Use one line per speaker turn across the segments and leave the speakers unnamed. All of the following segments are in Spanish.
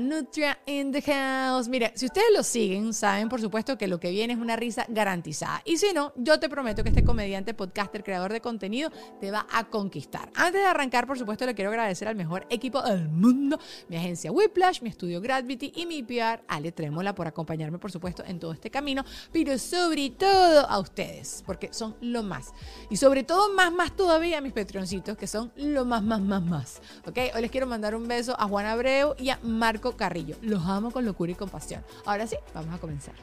Nanutria in the house. Mira, si ustedes lo siguen, saben por supuesto que lo que viene es una risa garantizada. Y si no, yo te prometo que este comediante, podcaster, creador de contenido te va a conquistar. Antes de arrancar, por supuesto, le quiero agradecer al mejor equipo del mundo, mi agencia Whiplash, mi estudio Gravity y mi PR Ale Trémola por acompañarme, por supuesto, en todo este camino, pero sobre todo a ustedes, porque son lo más. Y sobre todo, más, más todavía a mis patroncitos, que son lo más, más, más, más. ¿Ok? Hoy les quiero mandar un beso a Juan Abreu y a Marco Carrillo. Los amo con locura y compasión. Ahora sí, vamos a comenzar.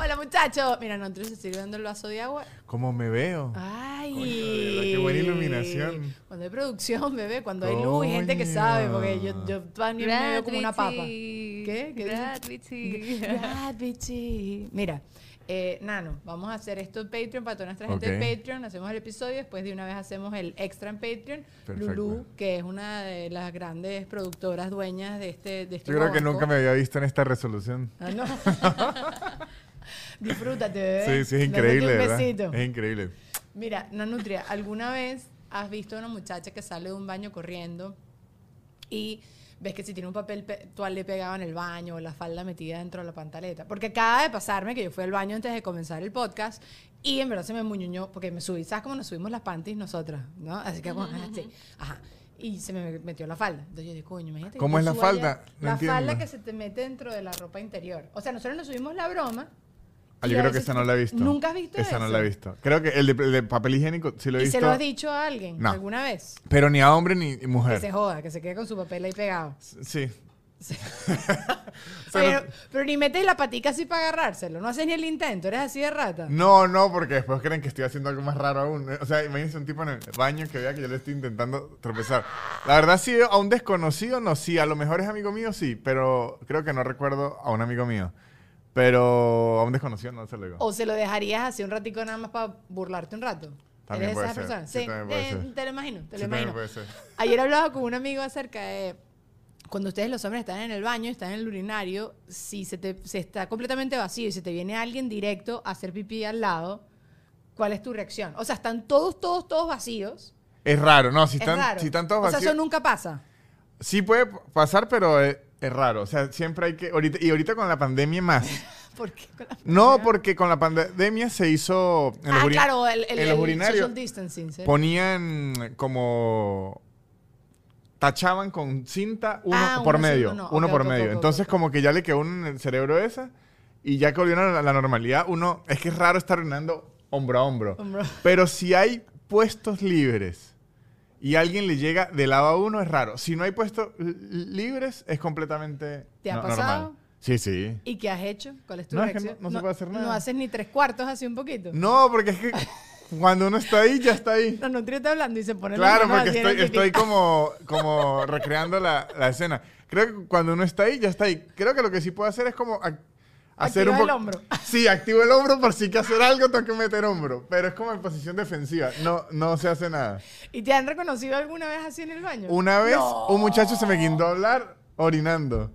Hola, muchachos. Mira, nosotros estoy dando el vaso de agua.
¿Cómo me veo?
Ah, ¡Ay!
Coño, de verdad, qué buena iluminación.
Cuando hay producción, bebé, cuando hay luz y gente que sabe, porque yo, yo también me veo como una papa. ¿Qué? ¿Qué dices? Gravity. Mira, eh, Nano, vamos a hacer esto en Patreon para toda nuestra gente
Ok.
de Patreon. Hacemos el episodio, después de una vez hacemos el extra en Patreon.
Perfecto.
Lulu, que es una de las grandes productoras dueñas de este de este
Yo creo que
banco.
nunca me había visto en esta resolución.
Ah, no. Disfrútate, bebé.
Sí, sí, es
Dándote
increíble,
¿Eh? un
¿verdad?
besito.
Es increíble.
Mira, Nanutria, ¿alguna vez has visto a una muchacha que sale de un baño corriendo y ves que si tiene un papel pe- toalé pegado en el baño o la falda metida dentro de la pantaleta? Porque acaba de pasarme que yo fui al baño antes de comenzar el podcast y en verdad se me muñuñó porque me subí, ¿sabes cómo nos subimos las panties nosotras? ¿No? Así que, como, ah, sí, ajá. Y se me metió la falda. Entonces yo dije, coño, imagínate. que
¿Cómo
yo
es la
suba allá-
falda? No
la
entiendo.
falda que se te mete dentro de la ropa interior. O sea, nosotros nos subimos la broma.
Ah,
y
yo
a
creo que
veces
esa no la he visto.
¿Nunca has visto
Esa no
eso?
la he visto. Creo que el de, el de papel higiénico sí lo he
¿Y
visto.
se lo has dicho a alguien
No.
alguna vez?
Pero ni a hombre ni
Que se
mujer.
joda, que se quede con su papel ahí pegado.
Sí.
Pero,
Pero-
pero ni metes la patica así para agarrárselo. No haces ni el intento, eres así de rata.
No, no, porque después creen que estoy haciendo algo más raro aún. O sea, imagínense un tipo en el baño que vea que yo le estoy intentando tropezar. La verdad, sí, a un desconocido no, sí. A lo mejor es amigo mío, sí. Pero creo que no recuerdo a un amigo mío. Pero a un desconocido no se lo digo.
O se lo dejarías así un ratico nada más para burlarte un rato.
También
eres
puede
esa
ser,
persona.
sí,
Sí,
también puede
te,
ser.
te lo imagino, te
Sí,
lo
también
imagino.
puede ser.
Ayer hablaba con un amigo acerca de cuando ustedes los hombres están en el baño, están en el urinario, si se te se está completamente vacío y se te viene alguien directo a hacer pipí al lado, ¿cuál es tu reacción? O sea, están todos, todos, todos vacíos.
Es raro, no, si
es
están,
raro.
si están todos
O sea, eso
vacíos.
nunca pasa.
Sí puede p- pasar, pero es, es raro. O sea, siempre hay que. Ahorita, y ahorita con la pandemia más.
¿Por qué? Con la-
No, porque con la pandemia se hizo. en los
ah,
uri-
claro, el, el,
en los
el
urinarios
social distancing. ¿sí?
ponían como. Tachaban con cinta uno
Ah,
por
uno sí,
medio.
uno no.
Uno
Ok,
por
ok, ok,
medio.
ok,
Entonces,
ok.
como que ya le quedó uno en el cerebro esa. Y ya que volvieron a la, la normalidad, uno. Es que es raro estar orinando hombro a hombro.
Hombro.
Pero si hay puestos libres y alguien le llega de lado a uno, es raro. Si no hay puestos li- libres, es completamente
¿Te ha
no-
pasado?
normal. Sí, sí.
¿Y qué has hecho? ¿Cuál es tu
No, es que
reacción?
no- no se puede hacer nada.
No haces ni tres cuartos así un poquito.
No, porque es que cuando uno está ahí, ya está ahí.
No, no, Trio está hablando y se pone las
Claro,
manos
porque
así en el
estoy,
pipí.
estoy como, como recreando la, la escena. Creo que cuando uno está ahí, ya está ahí. Creo que lo que sí puedo hacer es como ac- hacer
Activa
un poco...
el hombro.
Sí, activo el hombro por si hay que hacer algo, tengo que meter hombro. Pero es como en posición defensiva. No, no se hace nada.
¿Y te han reconocido alguna vez así en el baño?
Una vez un muchacho se me guindó a hablar orinando.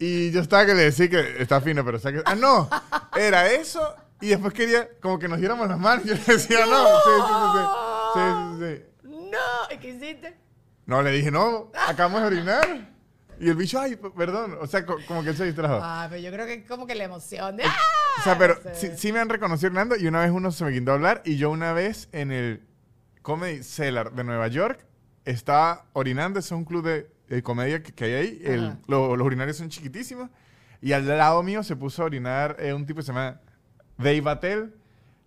Y yo estaba que le decía que está fino, pero o sea que. Ah, no, era eso. Y después quería como que nos diéramos las manos. Y yo le decía, no. Sí, sí, sí, sí, sí, sí, sí.
No, ¿y qué hiciste?
No, le dije, no, acabamos de orinar. Y el bicho, ay, p- perdón. O sea, co- como que él se distrajo.
Ah, pero yo creo que es como que la emoción de... ¡Ah!
O sea, pero
No
sí,
sé.
sí me han reconocido Hernando y una vez uno se me quitó a hablar y yo una vez en el Comedy Cellar de Nueva York estaba orinando, es un club de, de comedia que, que hay ahí, el-
Ajá.
lo- los urinarios son chiquitísimos y al lado mío se puso a orinar eh, un tipo que se llama Dave Attell,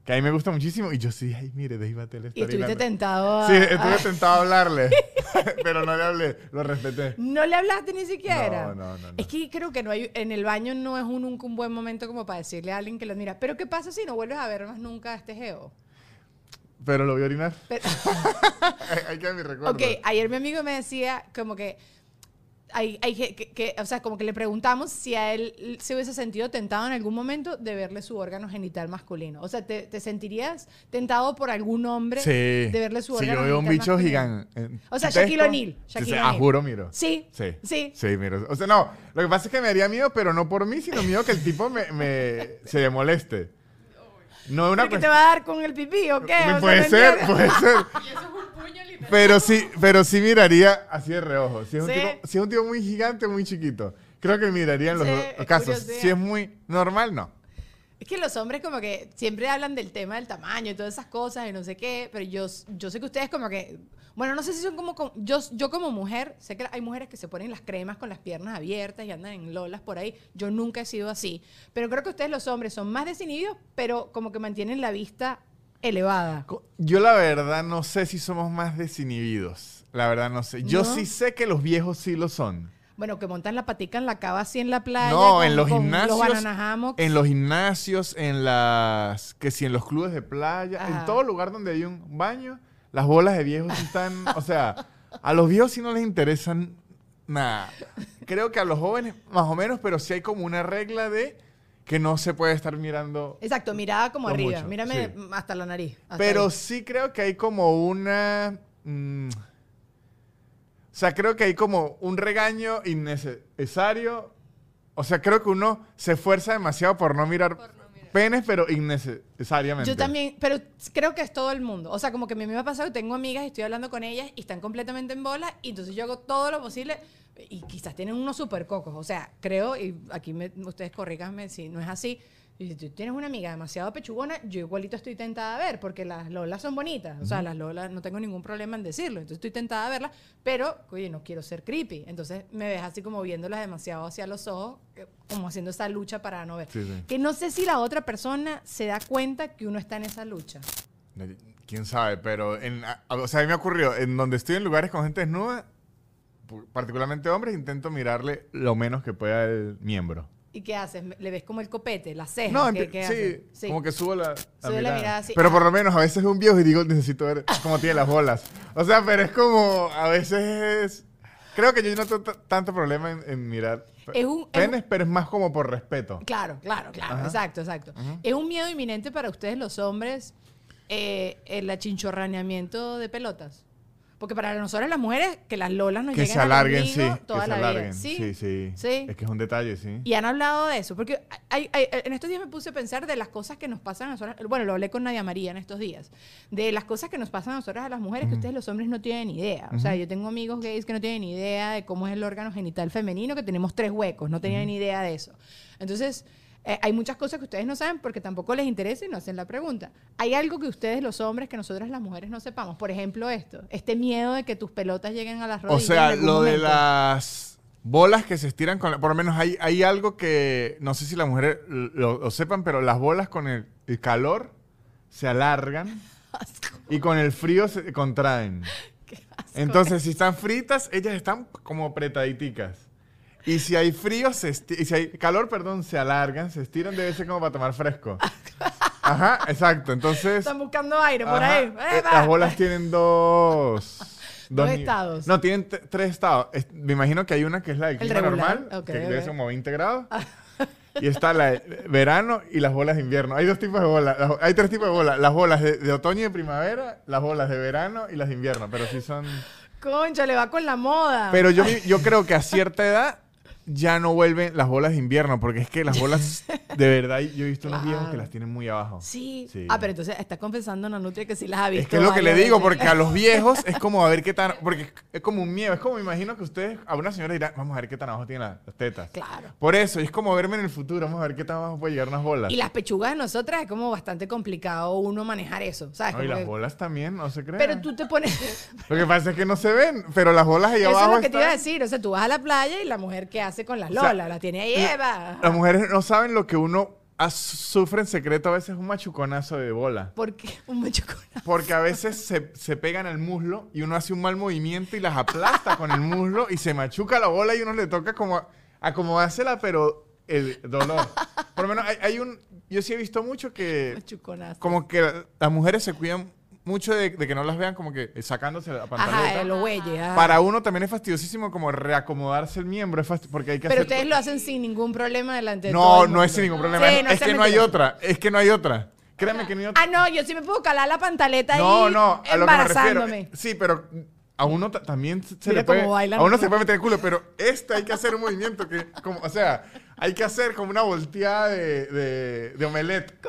que a mí me gusta muchísimo y yo sí, ay, mire, Dave Attell está
Y estuviste
orinando.
tentado a... Ah.
Sí, estuve
a-
tentado a hablarle, pero no le hablé, lo respeté.
No le hablaste ni siquiera.
No, no, no, no.
Es que creo que no hay, en el baño no es un, nunca un buen momento como para decirle a alguien que lo mira. Pero ¿qué pasa si no vuelves a ver más nunca a este geo?
Pero lo voy a orinar.
Pero-
Ahí- Ahí queda mi recuerdo.
Ok, ayer mi amigo me decía como que, hay, hay ge- que, que- o sea, como que le preguntamos si a él se hubiese sentido tentado en algún momento de verle su órgano genital masculino. O sea, ¿te, te sentirías tentado por algún hombre
Sí.
de verle su
Si
órgano
yo veo un
genital
bicho
masculino?
gigante. eh,
O sea, Shaquille O'Neal, Shaquille
Ah,
O'Neal.
juro, miro.
Sí,
Sí.
sí.
Sí, miro. O sea, no. Lo que pasa es que me haría miedo, pero no por mí, sino miedo que el tipo me, me- se moleste. No es una
¿Qué te
cuestión-
va a dar con el pipí o qué? O sea,
Puede
no
ser,
entiendo.
puede ser.
Y eso es un puño literal.
Pero sí, pero sí miraría así de reojo. Si es,
Sí.
un tipo, si es un tipo muy gigante o muy chiquito. Creo que miraría en los
Sí,
dos
es
casos.
curiosidad.
Si es muy normal, no.
Es que los hombres como que siempre hablan del tema del tamaño y todas esas cosas y no sé qué, pero yo, yo sé que ustedes como que... Bueno, no sé si son como... como- yo, yo como mujer, sé que hay mujeres que se ponen las cremas con las piernas abiertas y andan en lolas por ahí. Yo nunca he sido así. Pero creo que ustedes los hombres son más desinhibidos, pero como que mantienen la vista elevada.
Co- Yo la verdad no sé si somos más desinhibidos. La verdad no sé. Yo
No.
sí sé que los viejos sí lo son.
Bueno, que montan la patica en la cava así en la playa.
No,
con-
en los
con
gimnasios.
Los banana hammocks.
En los gimnasios, en las. que si en los clubes de playa,
Ajá.
en todo lugar donde hay un baño, las bolas de viejos sí están. o sea, a los viejos sí no les interesan nada. Creo que a los jóvenes, más o menos, pero sí hay como una regla de que no se puede estar mirando.
Exacto, mirada como
No
arriba.
mucho,
Mírame
sí.
hasta la nariz.
Ah,
hasta
Pero
ahí.
sí creo que hay como una. mm, o sea, creo que hay como un regaño innecesario. O sea, creo que uno se esfuerza demasiado por no mirar,
Por no mirar.
penes, pero innecesariamente.
Yo también, pero creo que es todo el mundo. O sea, como que a mí me ha pasado que tengo amigas y estoy hablando con ellas y están completamente en bola y entonces yo hago todo lo posible y quizás tienen unos super cocos. O sea, creo, y aquí me- ustedes corríganme si no es así, y si tú tienes una amiga demasiado pechugona, yo igualito estoy tentada a ver porque las lolas son bonitas. O sea, las lolas no tengo ningún problema en decirlo. Entonces estoy tentada a verlas, pero, oye, no quiero ser creepy. Entonces me ves así como viéndolas demasiado hacia los ojos, eh, como haciendo esa lucha para no ver.
Sí, sí.
Que no sé si la otra persona se da cuenta que uno está en esa lucha.
Quién sabe, pero. En, a- o sea, a mí me ha ocurrido, en donde estoy en lugares con gente desnuda, pu- particularmente hombres, intento mirarle lo menos que pueda el miembro.
¿Y qué haces? ¿Le ves como el copete, la ceja?
No,
¿Qué,
empe-
qué haces?
sí, como que subo la,
Sube la mirada Ah. así.
Pero por lo menos a veces veo un viejo y digo, necesito ver cómo tiene las bolas. O sea, pero es como, a veces... Creo que yo no tengo t- tanto problema en, en mirar pe-
Es un- es
penes, pero es más como por respeto.
Claro, claro, claro.
Ajá.
Exacto, exacto. Es un miedo inminente para ustedes los hombres eh, el achinchorraneamiento de pelotas. Porque para nosotras las mujeres, que las lolas nos
Que
lleguen
se
al
alarguen, sí.
ombligo
Que
toda
se
la vida.
alarguen.
¿Sí?
sí, sí.
Sí.
Es que es un detalle, sí.
Y han hablado de eso, porque hay- hay- eh, en estos días me puse a pensar de las cosas que nos pasan a nosotras, bueno, lo hablé con Nadia María en estos días, de las cosas que nos pasan a nosotras a las mujeres que ustedes los hombres no tienen idea. O sea, yo tengo amigos gays que no tienen idea de cómo es el órgano genital femenino, que tenemos tres huecos, no tenían ni idea de eso. Entonces, eh, hay muchas cosas que ustedes no saben porque tampoco les interesa y no hacen la pregunta. Hay algo que ustedes los hombres, que nosotras las mujeres no sepamos. Por ejemplo, esto, este miedo de que tus pelotas lleguen a las
O
rodillas. en
sea,
algún
lo de
momento.
las bolas que se estiran con... la- por lo menos hay, hay algo que... No sé si las mujeres lo, lo sepan, pero las bolas con el- el calor se alargan. Y con el frío se contraen.
Qué asco.
Entonces, si están fritas, ellas están como apretaditicas. Y si hay frío, se esti- y si hay calor, perdón, se alargan, se estiran, debe ser como para tomar fresco. Ajá, exacto. Entonces,
Están buscando aire por
ajá,
ahí.
eh,
¡Epa!
las bolas tienen dos...
Dos
nive-
estados.
No, tienen t- tres estados. Es- me imagino que hay una que es la de
El
clima
regular,
normal,
ok, Ah.
que debe
ok.
ser como 20 grados. Y está la de verano y las bolas de invierno. Hay dos tipos de bolas. Las- hay tres tipos de bolas. Las bolas de, de otoño y de primavera, las bolas de verano y las de invierno. Pero sí son...
Concha, le va con la moda.
Pero yo, vi- yo creo que a cierta edad ya no vuelven las bolas de invierno. Porque es que las bolas, de verdad, yo he visto unos viejos que
Claro.
las tienen muy abajo.
sí.
Sí.
Ah, pero entonces está confesando una nutria que sí las ha visto.
Es que es lo que le
varias
digo,
veces.
porque a los viejos es como a ver qué tan... Porque es como un miedo. Es como, me imagino que ustedes, a una señora dirá, vamos a ver qué tan abajo tienen las las tetas.
Claro.
Por eso, es como verme en el futuro, vamos a ver qué tan abajo puede llegar unas bolas.
Y las pechugas de nosotras es como bastante complicado uno manejar eso, ¿sabes?
No, y
Como
las
que-
bolas también, no se crean.
pero tú te pones...
Lo que pasa es que no se ven, pero las bolas ahí
Eso es
abajo
lo que te iba a
están-
decir. O sea, tú vas a la playa y la mujer que hace con las
O sea,
lolas, la tiene ahí,
la-
Eva.
Las mujeres no saben lo que uno as- sufre en secreto, a veces un machuconazo de bola.
Porque un machucona.
Porque a veces se, se pegan al muslo y uno hace un mal movimiento y las aplasta con el muslo y se machuca la bola y uno le toca como acomodársela, pero el dolor. Por lo menos hay, hay un... Yo sí he visto mucho que
Machuconazo.
como que las mujeres se cuidan mucho de, de que no las vean como que sacándose la
Ajá,
pantaleta.
los güeyes. ajá.
Para uno también es fastidiosísimo como reacomodarse el miembro, es fasti- porque hay que
Pero
hacer...
ustedes lo hacen sin ningún problema delante de todo
No,
el
no es
mundo.
sin ningún problema.
Sí,
es
no
es
seas
que no hay
mentiroso.
otra. Es que no hay otra. Créeme que no hay otra.
Ah, no, yo sí me puedo calar la pantaleta
no,
ahí
no, a lo que me refiero.
embarazándome.
Sí, pero a uno ta- también se
Mira
le puede.
cómo bailan
A uno
los
se puede meter el culo, pero este hay que hacer un movimiento que, como, o sea, hay que hacer como una volteada de, de, de omelette.
De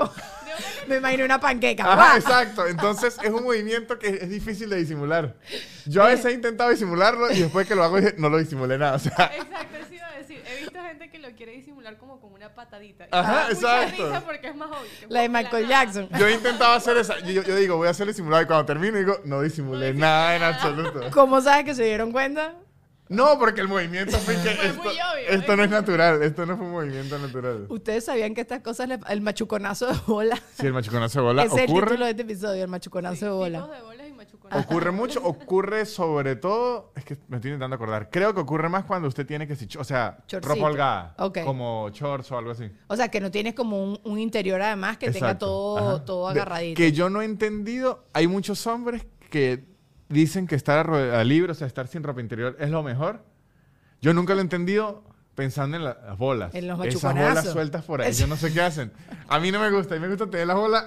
Me imagino una panqueca.
Ajá, exacto. Entonces es un movimiento que es difícil de disimular. Yo a veces he intentado disimularlo y después que lo hago dije, no lo disimulé nada. O sea,
Exacto, eso iba a decir. He visto gente que lo quiere disimular como con una patadita. Y
Ajá,
me da mucha
exacto.
risa porque es más obvio. que
La de
como
Michael
nada.
Jackson.
yo he intentado hacer esa. Yo, yo digo, voy a hacerlo disimulado y cuando termino digo, no disimulé nada en absoluto.
¿Cómo sabes que se dieron cuenta?
No, porque el movimiento fue que
Fue
esto,
muy obvio,
esto
¿eh?
no es natural, esto no fue un movimiento natural.
Ustedes sabían que estas cosas, le- el machuconazo de bola,
Si el machuconazo de bola
ese es el
ocurre,
título de este episodio, el machuconazo de
Tipos
bola.
de bolas y machucones.
ocurre mucho, ocurre sobre todo, es que me estoy intentando acordar, creo que ocurre más cuando usted tiene que, si cho- o sea,
Chorcito.
ropa holgada,
Ok.
como shorts o algo así.
O sea, que no tienes como un, un interior además que tenga
Exacto.
todo,
Ajá.
todo
De-
agarradito.
que yo no he entendido, hay muchos hombres que dicen que estar a rueda libre, o sea, estar sin ropa interior es lo mejor. Yo nunca lo he entendido pensando en la- las bolas.
En los
Esas
machuconazos.
bolas sueltas por ahí,
Es-
yo no sé qué hacen. A mí no me gusta, a mí me gusta tener las bolas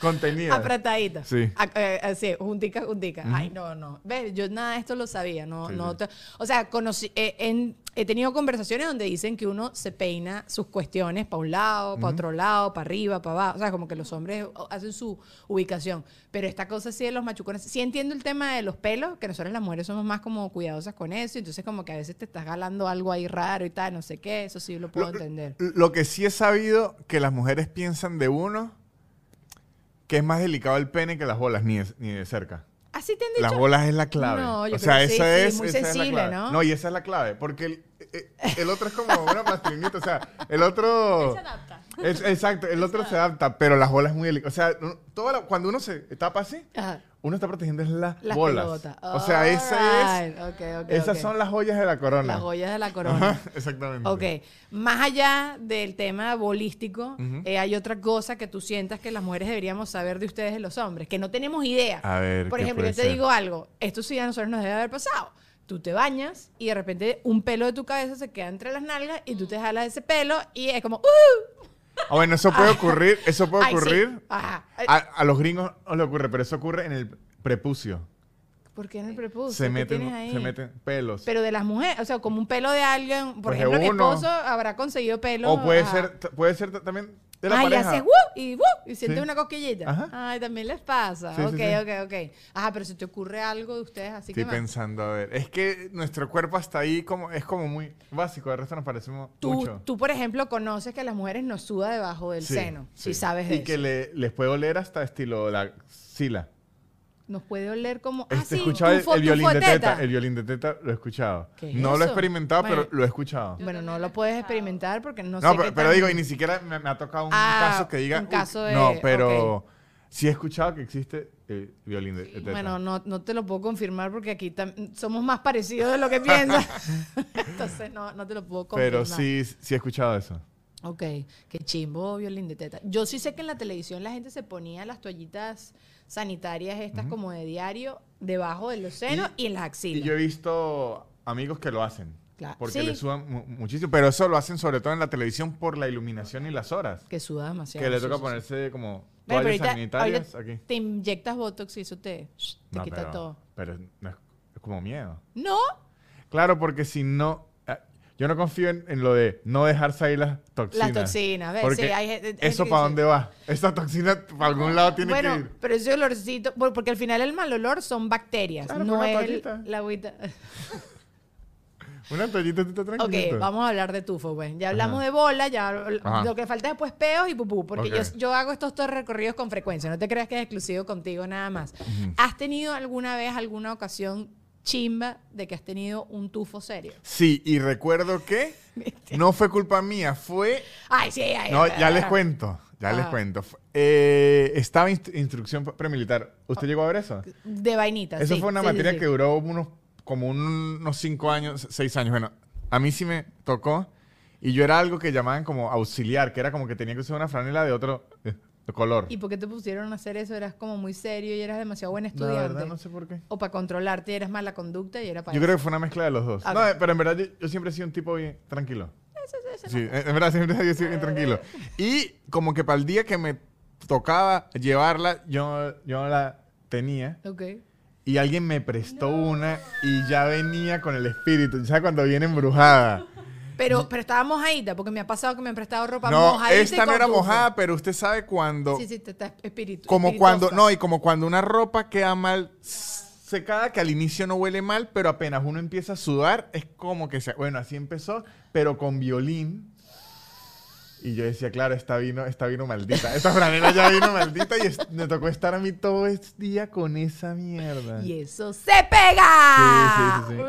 contenidas.
Apretadita.
Sí.
A- eh, así, juntica, juntica. Ay, no, no. ¿Ves? Yo nada de esto lo sabía. No,
Sí,
no
sí.
te- o sea, conocí, eh, en- he tenido conversaciones donde dicen que uno se peina sus cuestiones para un lado, para otro lado, para arriba, para abajo. O sea, como que los hombres o, hacen su ubicación. Pero esta cosa sí de los machucones. Sí entiendo el tema de los pelos, que nosotras las mujeres somos más como cuidadosas con eso. Entonces, como que a veces te estás galando algo ahí raro y tal, no sé qué. Eso sí lo puedo entender.
Lo que sí he sabido que las mujeres piensan de uno que es más delicado el pene que las bolas, ni de, ni de cerca.
Así te han
Las
dicho.
bolas es la clave.
No, yo
o sea,
creo que
esa
sí, sí,
es,
muy
esa es la
sensible,
clave.
¿no?
y esa es la clave, porque el, eh, el otro es como una plastinita, o sea, el otro
Se adapta.
es- exacto, el otro se adapta, pero las bolas es muy delicadas. O sea, uno- toda la- cuando uno se tapa así,
Ajá.
uno está protegiendo es las,
Las
bolas.
pelotas.
O sea, esa es
Alright. Ok, ok,
esas
ok.
son las joyas de la corona.
Las joyas de la corona.
Ajá, Exactamente.
Ok, más allá del tema bolístico, eh, hay otra cosa que tú sientas que las mujeres deberíamos saber de ustedes de los hombres, que no tenemos idea.
A ver,
Por
¿qué
ejemplo,
puede
yo te
ser?
digo algo, esto sí a nosotros nos debe haber pasado. Tú te bañas y de repente un pelo de tu cabeza se queda entre las nalgas y tú te jalas ese pelo y es como, ¡uh!
Ah, bueno, eso puede ocurrir, eso puede
Ay, sí.
ocurrir. Ah,
Ajá. Ay,
A, a los gringos no le ocurre, pero eso ocurre en el prepucio.
¿Por qué en el prepucio?
Se
¿Qué
meten,
tienes ahí?
se meten pelos.
Pero de las mujeres, o sea, como un pelo de alguien, por
Pues de
ejemplo, mi
uno.
esposo habrá conseguido pelo.
o puede
ajá.
ser, t- puede ser t- también de la
Ay,
pareja.
haces ¡wuh! y ¡wuh! y sientes
Sí.
una cosquillita.
Ajá.
Ay, también les pasa.
Sí, sí,
ok,
sí.
ok, ok. Ajá, pero si te ocurre algo de ustedes, así
Estoy
que. más.
pensando, a ver. Es que nuestro cuerpo hasta ahí como, es como muy básico, de resto nos parecemos
Tú,
mucho.
tú, por ejemplo, conoces que a las mujeres nos suda debajo del
Sí,
seno.
sí.
Si sabes de
Y que
eso.
le- les puede oler hasta estilo la axila.
Nos puede oler como.
Este,
ah, sí,
he escuchado
tu
el,
fo-
el
tu
violín de
foteta.
teta. El violín de teta lo he escuchado.
¿Qué es
no lo
eso?
he experimentado,
Bueno.
pero lo he escuchado.
Bueno, no
también
lo
lo he
puedes
escuchado.
experimentar porque no, sé.
No,
qué
pero, pero
tan-
digo, y ni siquiera me, me ha tocado un
Ah,
caso que diga.
un
"Uy,
caso de-
No, pero sí he escuchado que existe el violín de, de teta.
Bueno, no, no te lo puedo confirmar porque aquí tam- somos más parecidos de lo que piensas. Entonces, no, no te lo puedo confirmar.
pero sí, sí he escuchado eso.
Ok, qué chimbo violín de teta. Yo sí sé que en la televisión la gente se ponía las toallitas sanitarias estas como de diario debajo de los senos y, en las
Y
axilas.
yo he visto amigos que lo hacen.
Claro.
Porque
Sí.
le sudan mu- muchísimo. Pero eso lo hacen sobre todo en la televisión por la iluminación y las horas.
que suda demasiado.
que le
sí,
toca
sí, sí.
ponerse como
Bueno,
toallas
pero ahorita-
sanitarias
ahorita
aquí.
Te inyectas Botox y eso te, sh, te
No,
quita
pero,
todo.
Pero no es, es como miedo.
No,
Claro, porque si no. eh, Yo no confío en, en lo de no dejar salir las toxinas.
las toxinas, ¿ves?
Porque
Sí, hay gente- hay gente
¿Eso
que
para
dice-
dónde va? Esa toxina para algún lado tiene que
bueno,
ir.
pero ese olorcito, bueno, porque al final el mal olor son bacterias,
Claro,
no
pero una
es el-
toallita.
la agüita.
Una toallita tranquila.
Ok, vamos a hablar de tufo, pues. Ya hablamos de bola, ya
Ajá.
lo que falta después peos y pupú, porque
Ok.
yo, yo hago estos dos recorridos con frecuencia, no te creas que es exclusivo contigo nada más. ¿Has tenido alguna vez, alguna ocasión chimba de que has tenido un tufo serio?
Sí, y recuerdo que no fue culpa mía, fue
Ay, sí, ay. ah,
No,
ay,
ya les
ay.
cuento, ya les
Ajá.
cuento. Fu- eh, estaba instru- instrucción premilitar. ¿Usted llegó a ver eso?
De vainita.
Eso
Oh. sí,
fue una
sí, sí,
materia
sí.
que duró unos, como un- unos cinco años, seis años. Bueno, a mí sí me tocó y yo era algo que llamaban como auxiliar, que era como que tenía que usar una franela de otro eh, color.
¿Y por qué te pusieron a hacer eso? Eras como muy serio y eras demasiado buen
La
estudiante.
verdad no sé por qué.
O para controlarte y eras mala conducta y era para
Yo creo que fue una mezcla de los dos.
A
No,
ver.
eh, pero en verdad yo, yo siempre he sido un tipo bien tranquilo. Sí, eh, en verdad siempre he sido bien tranquilo. Y como que para el día que me tocaba llevarla, yo, yo no la tenía.
Ok.
Y alguien me prestó una y ya venía con el espíritu. ¿Sabes cuando viene embrujada?
Pero, pero estaba mojadita, porque me ha pasado que me han prestado ropa
No,
mojadita. y
esta no
con
era
tufo.
mojada, pero usted sabe cuando.
Sí, sí, te está espíritu.
Como
espirituosa.
cuando. No, y como cuando una ropa queda mal secada, que al inicio no huele mal, pero apenas uno empieza a sudar, es como que se. Bueno, así empezó, pero con violín. Y yo decía, claro, esta vino, esta vino maldita. Esta franela ya vino maldita y es- me tocó estar a mí todo este día con esa mierda.
Y eso se pega.
Sí, sí, sí,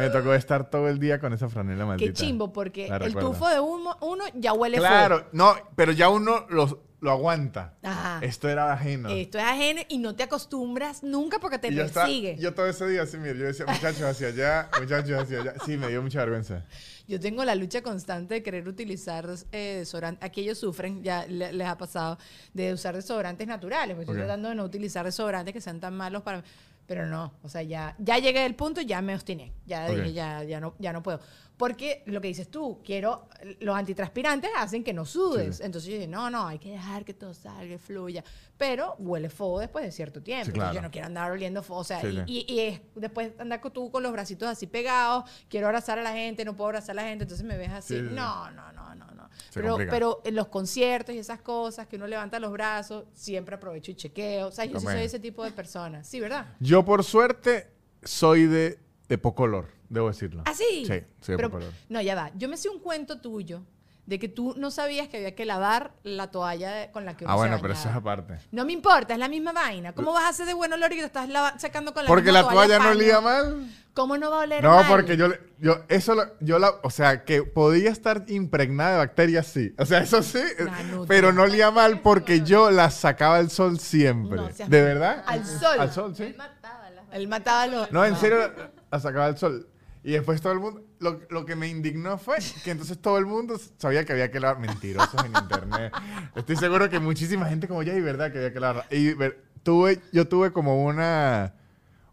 Me tocó estar todo el día con esa franela maldita.
Qué chimbo, porque
La
el
recuerdo.
tufo de uno, uno ya huele fuego.
Claro, no, pero ya uno lo, lo aguanta.
Ajá.
Esto era ajeno.
Esto es ajeno y no te acostumbras nunca porque te
Y yo, estaba-
persigue.
yo todo ese día así, mira, yo decía, muchachos hacia allá, muchachos hacia allá. Sí, me dio mucha vergüenza.
Yo tengo la lucha constante de querer utilizar eh, desodorante. Aquí ellos sufren, ya le- les ha pasado, de usar desodorantes naturales. Me estoy
Ok.
tratando de no utilizar desodorantes que sean tan malos para mí. Pero no, o sea, ya, ya llegué al punto, ya me obstiné. Ya
Ok.
dije, ya, ya, no, ya no puedo. Porque lo que dices tú, quiero, los antitranspirantes hacen que no sudes.
Sí.
Entonces yo dije, no, no, hay que dejar que todo salga, y fluya. Pero huele fuego después de cierto tiempo.
Sí,
Entonces,
claro.
yo no quiero andar oliendo fuego. O sea,
Sí,
y-
sí.
y y, y es después andar con- tú con los bracitos así pegados, quiero abrazar a la gente, no puedo abrazar a la gente, entonces me ves así.
Sí, sí, sí.
No, no, no, no, no.
Se
Pero,
complica.
pero en los conciertos y esas cosas, que uno levanta los brazos, siempre aprovecho y chequeo. O sea, yo sí
También.
soy ese tipo de persona. Sí, ¿verdad?
Yo, por suerte, soy de, de poco olor, debo decirlo.
Así.
Sí, soy de
¿Ah, Pero-
poco olor.
No, ya va. Yo me sé un cuento tuyo de que tú no sabías que había que lavar la toalla de- con la que uno
Ah,
se
bueno, pero eso es
bañaba.
aparte.
No me importa, es la misma vaina. ¿Cómo vas a hacer de buen olor y te estás lava- sacando con la
Porque
misma
la toalla no
paño?
olía mal.
¿Cómo no va a oler
No,
mal?
porque yo, le- yo, eso, lo- yo la, o sea, que podía estar impregnada de bacterias, sí. O sea, eso sí, eh,
Nanutria.
pero no olía mal porque yo la sacaba al sol siempre.
No seas-
¿De verdad?
Al sol.
Al sol, sí.
mataba las
Él mataba a los...
No, en serio, la- la sacaba al sol. Y después todo el mundo, lo, lo que me indignó fue que entonces todo el mundo sabía que había que lavar mentirosos en internet. Estoy seguro que muchísima gente como ya, y verdad que había que lavar. Y ver- tuve, yo tuve como una,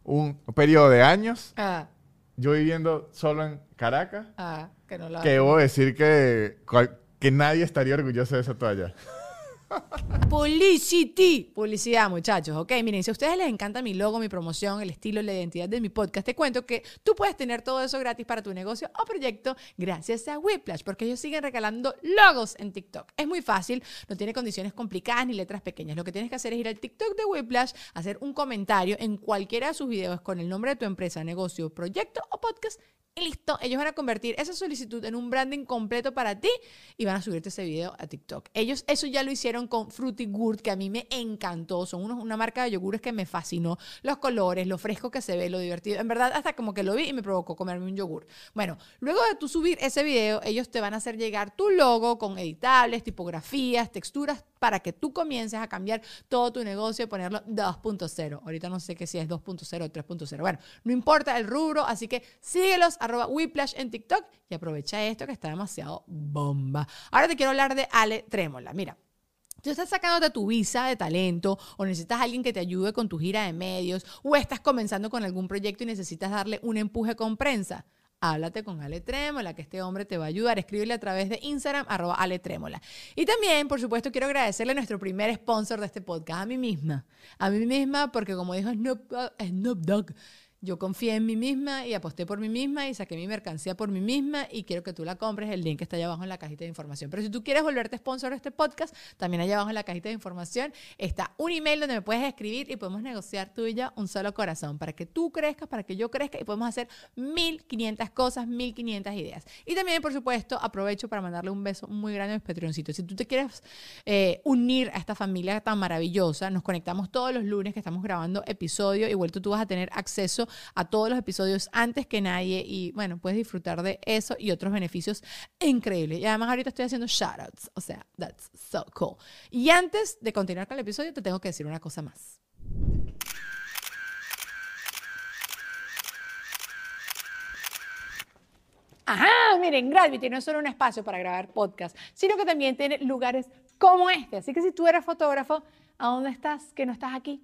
un periodo de años,
Ah,
yo viviendo solo en Caracas,
ah, que no lo
que debo decir que, cual- que nadie estaría orgulloso de esa toalla.
Publicity. Publicidad, muchachos. Ok, miren, si a ustedes les encanta mi logo, mi promoción, el estilo, la identidad de mi podcast, te cuento que tú puedes tener todo eso gratis para tu negocio o proyecto gracias a Whiplash, porque ellos siguen regalando logos en TikTok. Es muy fácil, no tiene condiciones complicadas ni letras pequeñas. Lo que tienes que hacer es ir al TikTok de Whiplash, hacer un comentario en cualquiera de sus videos con el nombre de tu empresa, negocio, proyecto o podcast y listo, ellos van a convertir esa solicitud en un branding completo para ti y van a subirte ese video a TikTok. Ellos eso ya lo hicieron con Fruity Gourd, que a mí me encantó. Son unos, una marca de yogures que me fascinó. Los colores, lo fresco que se ve, lo divertido. En verdad, hasta como que lo vi y me provocó comerme un yogur. Bueno, luego de tú subir ese video, ellos te van a hacer llegar tu logo con editables, tipografías, texturas, para que tú comiences a cambiar todo tu negocio y ponerlo 2.0. Ahorita no sé qué si es 2.0 o 3.0. Bueno, no importa el rubro, así que síguelos, arroba Whiplash en TikTok y aprovecha esto que está demasiado bomba. Ahora te quiero hablar de Ale Trémola. Mira. Tú estás sacándote tu visa de talento o necesitas alguien que te ayude con tu gira de medios o estás comenzando con algún proyecto y necesitas darle un empuje con prensa. Háblate con Ale Trémola, que este hombre te va a ayudar. Escríbele a través de Instagram, arroba Ale Trémola. Y también, por supuesto, quiero agradecerle a nuestro primer sponsor de este podcast, a mí misma. A mí misma, porque como dijo Snoop, uh, Snoop Dogg, yo confié en mí misma y aposté por mí misma y saqué mi mercancía por mí misma y quiero que tú la compres. El link está allá abajo en la cajita de información. Pero si tú quieres volverte sponsor de este podcast, también allá abajo en la cajita de información está un email donde me puedes escribir y podemos negociar tú y yo un solo corazón para que tú crezcas, para que yo crezca y podemos hacer 1500 cosas, 1500 ideas. Y también, por supuesto, aprovecho para mandarle un beso muy grande a mis patroncitos. Si tú te quieres eh, unir a esta familia tan maravillosa, nos conectamos todos los lunes que estamos grabando episodio. Igual tú, tú vas a tener acceso a todos los episodios antes que nadie y bueno, puedes disfrutar de eso y otros beneficios increíbles. Y además ahorita estoy haciendo shoutouts, o sea, that's so cool. Y antes de continuar con el episodio, te tengo que decir una cosa más. Ajá, miren, Gravity no es solo un espacio para grabar podcast, sino que también tiene lugares como este. Así que si tú eres fotógrafo, ¿a dónde estás que no estás aquí?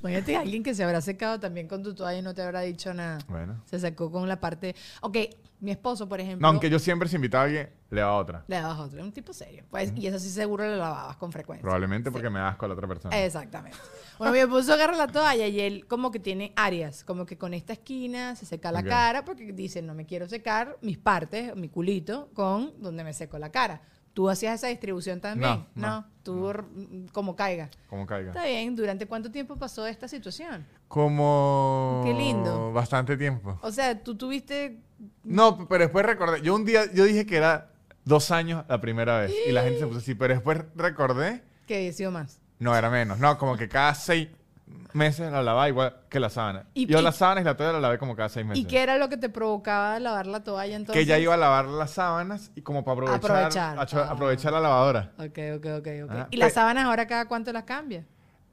Imagínate alguien que se habrá secado también con tu toalla y no te habrá dicho nada.
Bueno.
Se sacó con la parte. Ok, mi esposo, por ejemplo.
No, aunque yo siempre si invitaba a alguien, le daba otra.
Le dabas otro, un tipo serio. Pues, Y eso sí seguro lo lavabas con frecuencia.
Probablemente porque me da asco a la otra persona.
Exactamente. Bueno, mi esposo agarra la toalla y él como que tiene áreas, como que con esta esquina se seca la
Ok.
cara porque dice, no me quiero secar mis partes, mi culito, con donde me seco la cara. ¿Tú hacías esa distribución también?
No, no,
tú r- como caiga.
Como caiga.
Está bien, ¿durante cuánto tiempo pasó esta situación?
Como.
Qué lindo.
Bastante tiempo.
O sea, tú tuviste...
No, p- pero después recordé. Yo un día, yo dije que era dos años la primera vez. Y la gente se puso así. Pero después recordé.
que había sido más?
No, era menos. No, como que cada seis meses la lavaba igual que la sábana.
¿Y-
yo
y-
la sábana y la toalla la lavé como cada seis meses.
¿Y qué era lo que te provocaba lavar la toalla entonces?
que ya iba a lavar las sábanas y como para aprovechar.
Aprovechar.
acho-
Ah.
aprovechar la lavadora.
Ok, ok, ok. ok.
Ah,
¿Y las
pe-
sábanas ahora cada cuánto las cambias?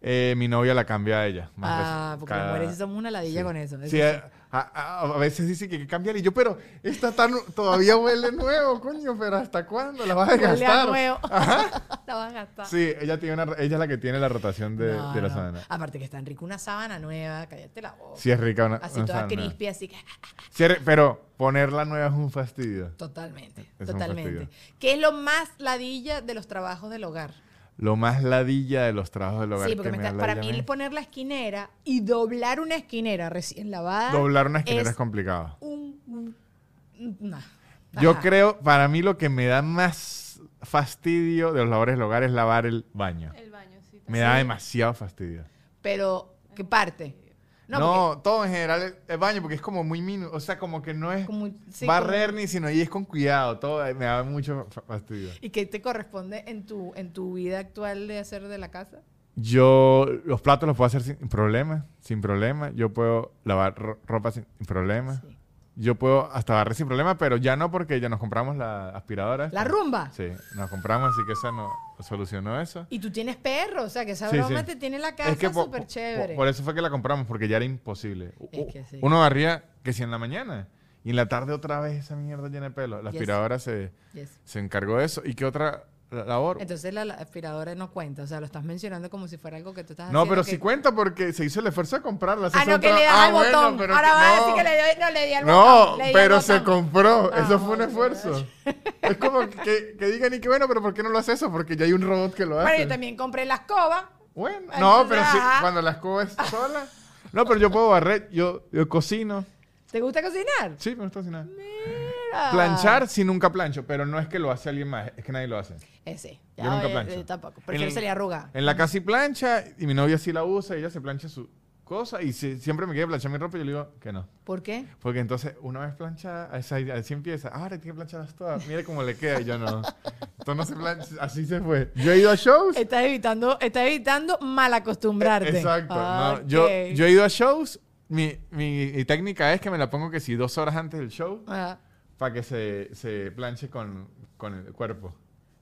Eh, mi novia la cambia a ella. más
Ah,
veces.
porque las
Cada-
mujeres sí somos una ladilla
Sí.
con eso.
Sí, eh,
eso sí.
a, a- a veces dice que hay que cambiar y yo, pero esta tan, todavía huele nuevo, coño, pero ¿hasta cuándo la vas a
Huele a
gastar?
nuevo. La vas a gastar.
Sí, ella, tiene una, ella es la que tiene la rotación de,
No,
de la
no.
sábana.
Aparte que es tan rico una sábana nueva, cállate la boca.
Sí, es rica una,
así
una
toda
sábana.
crispy, así que ah,
Sí, es ri- pero ponerla nueva es un fastidio.
totalmente,
Es un
totalmente.
fastidio.
¿Qué es lo más ladilla de los trabajos del hogar?
Lo más ladilla de los trabajos del hogar.
sí, porque
que
me
me
está-
da
para
ladilla
mí
a
el poner la esquinera y doblar una esquinera recién lavada
Doblar una esquinera es,
es
complicado.
un, un- una-
Yo
Ajá.
creo, para mí lo que me da más fastidio de los labores del hogar es lavar el baño.
El baño, sí.
Me da demasiado fastidio.
pero ¿qué parte?
No, todo en general el, el baño, porque es como muy mínimo. O sea, como que no es
porque como- sí,
barrer
como-
ni sino ahí es con cuidado. Todo eh, me da mucho fa- fastidio.
¿Y qué te corresponde en tu en tu vida actual de hacer de la casa?
Yo los platos los puedo hacer sin problema, sin problema. Yo puedo lavar ro- ropa sin, sin problema.
Sí.
Yo puedo hasta barrer sin problema, pero ya no porque ya nos compramos la aspiradora.
La
esta.
rumba.
Sí, nos compramos, así que esa no solucionó eso.
Y tú tienes perro, o sea que esa
Sí,
broma
sí.
te tiene la casa
po-
súper
po-
chévere.
po- Por eso fue que la compramos, porque ya era imposible. U-
Es que sí.
Uno barría que si en la mañana y en la tarde otra vez esa mierda llena de pelo. La
Yes.
aspiradora se,
Yes.
se encargó de eso. ¿Y qué otra la- labor?
Entonces la, la aspiradora no cuenta, o sea, lo estás mencionando como si fuera algo que tú estás
no,
haciendo.
pero
que-
si cuenta porque se hizo el esfuerzo de comprarla. se
Ah,
hizo
no,
un
que le
tra-
das
Ah,
al
bueno,
botón.
pero
Ahora
que-
vas a
no.
decir que le doy, no le di al
No,
botón. le di al
pero se
botón.
compró.
Ah,
eso fue un
bueno.
esfuerzo. es como que, que digan, y que bueno, pero ¿por qué no lo hace eso? Porque ya hay un robot que lo hace.
Bueno, yo también compré la escoba.
Bueno,
Ay,
no,
entonces,
pero sí,
ajá.
cuando la escoba es sola. No, pero yo puedo barrer, yo, yo cocino.
¿Te gusta cocinar?
Sí, me gusta cocinar.
Mira.
Planchar, sí, nunca plancho, pero no es que lo hace alguien más, es que nadie lo hace.
Ese.
Yo nunca
eh,
plancho.
eh, tampoco. Prefiero
En-
salir arruga.
En la casa y plancha, y mi novia sí la usa, y ella se plancha su cosa, y si- siempre me quiere planchar mi ropa, y yo le digo que no.
¿Por qué?
Porque entonces, una vez planchada, esa idea- así empieza, "Ah, ahora tiene que plancharlas todas, mire cómo le queda, y yo no. Entonces no se plancha, así se fue. Yo he ido a shows.
Estás evitando, estás evitando mal acostumbrarte.
Exacto.
Ah,
no, yo,
ok.
yo he ido a shows. Mi, mi- mi técnica es que me la pongo que si dos horas antes del show
Ah,
para que se, se planche con, con el cuerpo.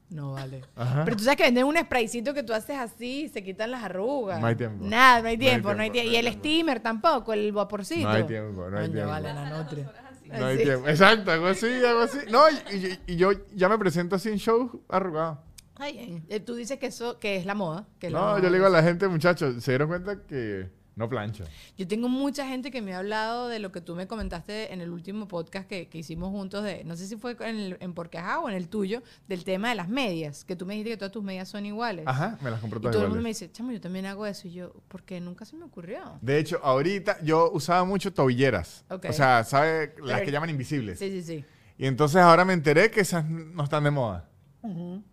no vale.
Ajá.
Pero tú sabes que venden un spraycito que tú haces así y se quitan las arrugas.
No hay tiempo.
Nada, no hay tiempo, no hay tiempo.
no hay
y el
tiempo.
steamer tampoco, el vaporcito.
No hay tiempo, no hay
Coño,
tiempo.
vale, la nutria.
No hay
Sí.
tiempo. Exacto, hago así, hago así. No, y, y- y yo ya me presento así en shows arrugado.
Ay, ay. Eh, Tú dices que eso que es la moda. que la
No,
moda
yo le digo a
es-
la gente, muchachos, se dieron cuenta que no plancha.
Yo tengo mucha gente que me ha hablado de lo que tú me comentaste en el último podcast que, que hicimos juntos, de, no sé si fue en, el, en Porque Ajá o en el tuyo, del tema de las medias, que tú me dijiste que todas tus medias son iguales.
Ajá, me las compró
Y todo
todas
el mundo me
iguales.
dice, chamo, yo también hago eso. Y yo, porque nunca se me ocurrió.
De hecho, ahorita yo usaba mucho tobilleras.
Ok.
O sea, ¿sabe? Las
Pero-
que llaman invisibles.
Sí, sí, sí.
Y entonces ahora me enteré que esas no están de moda.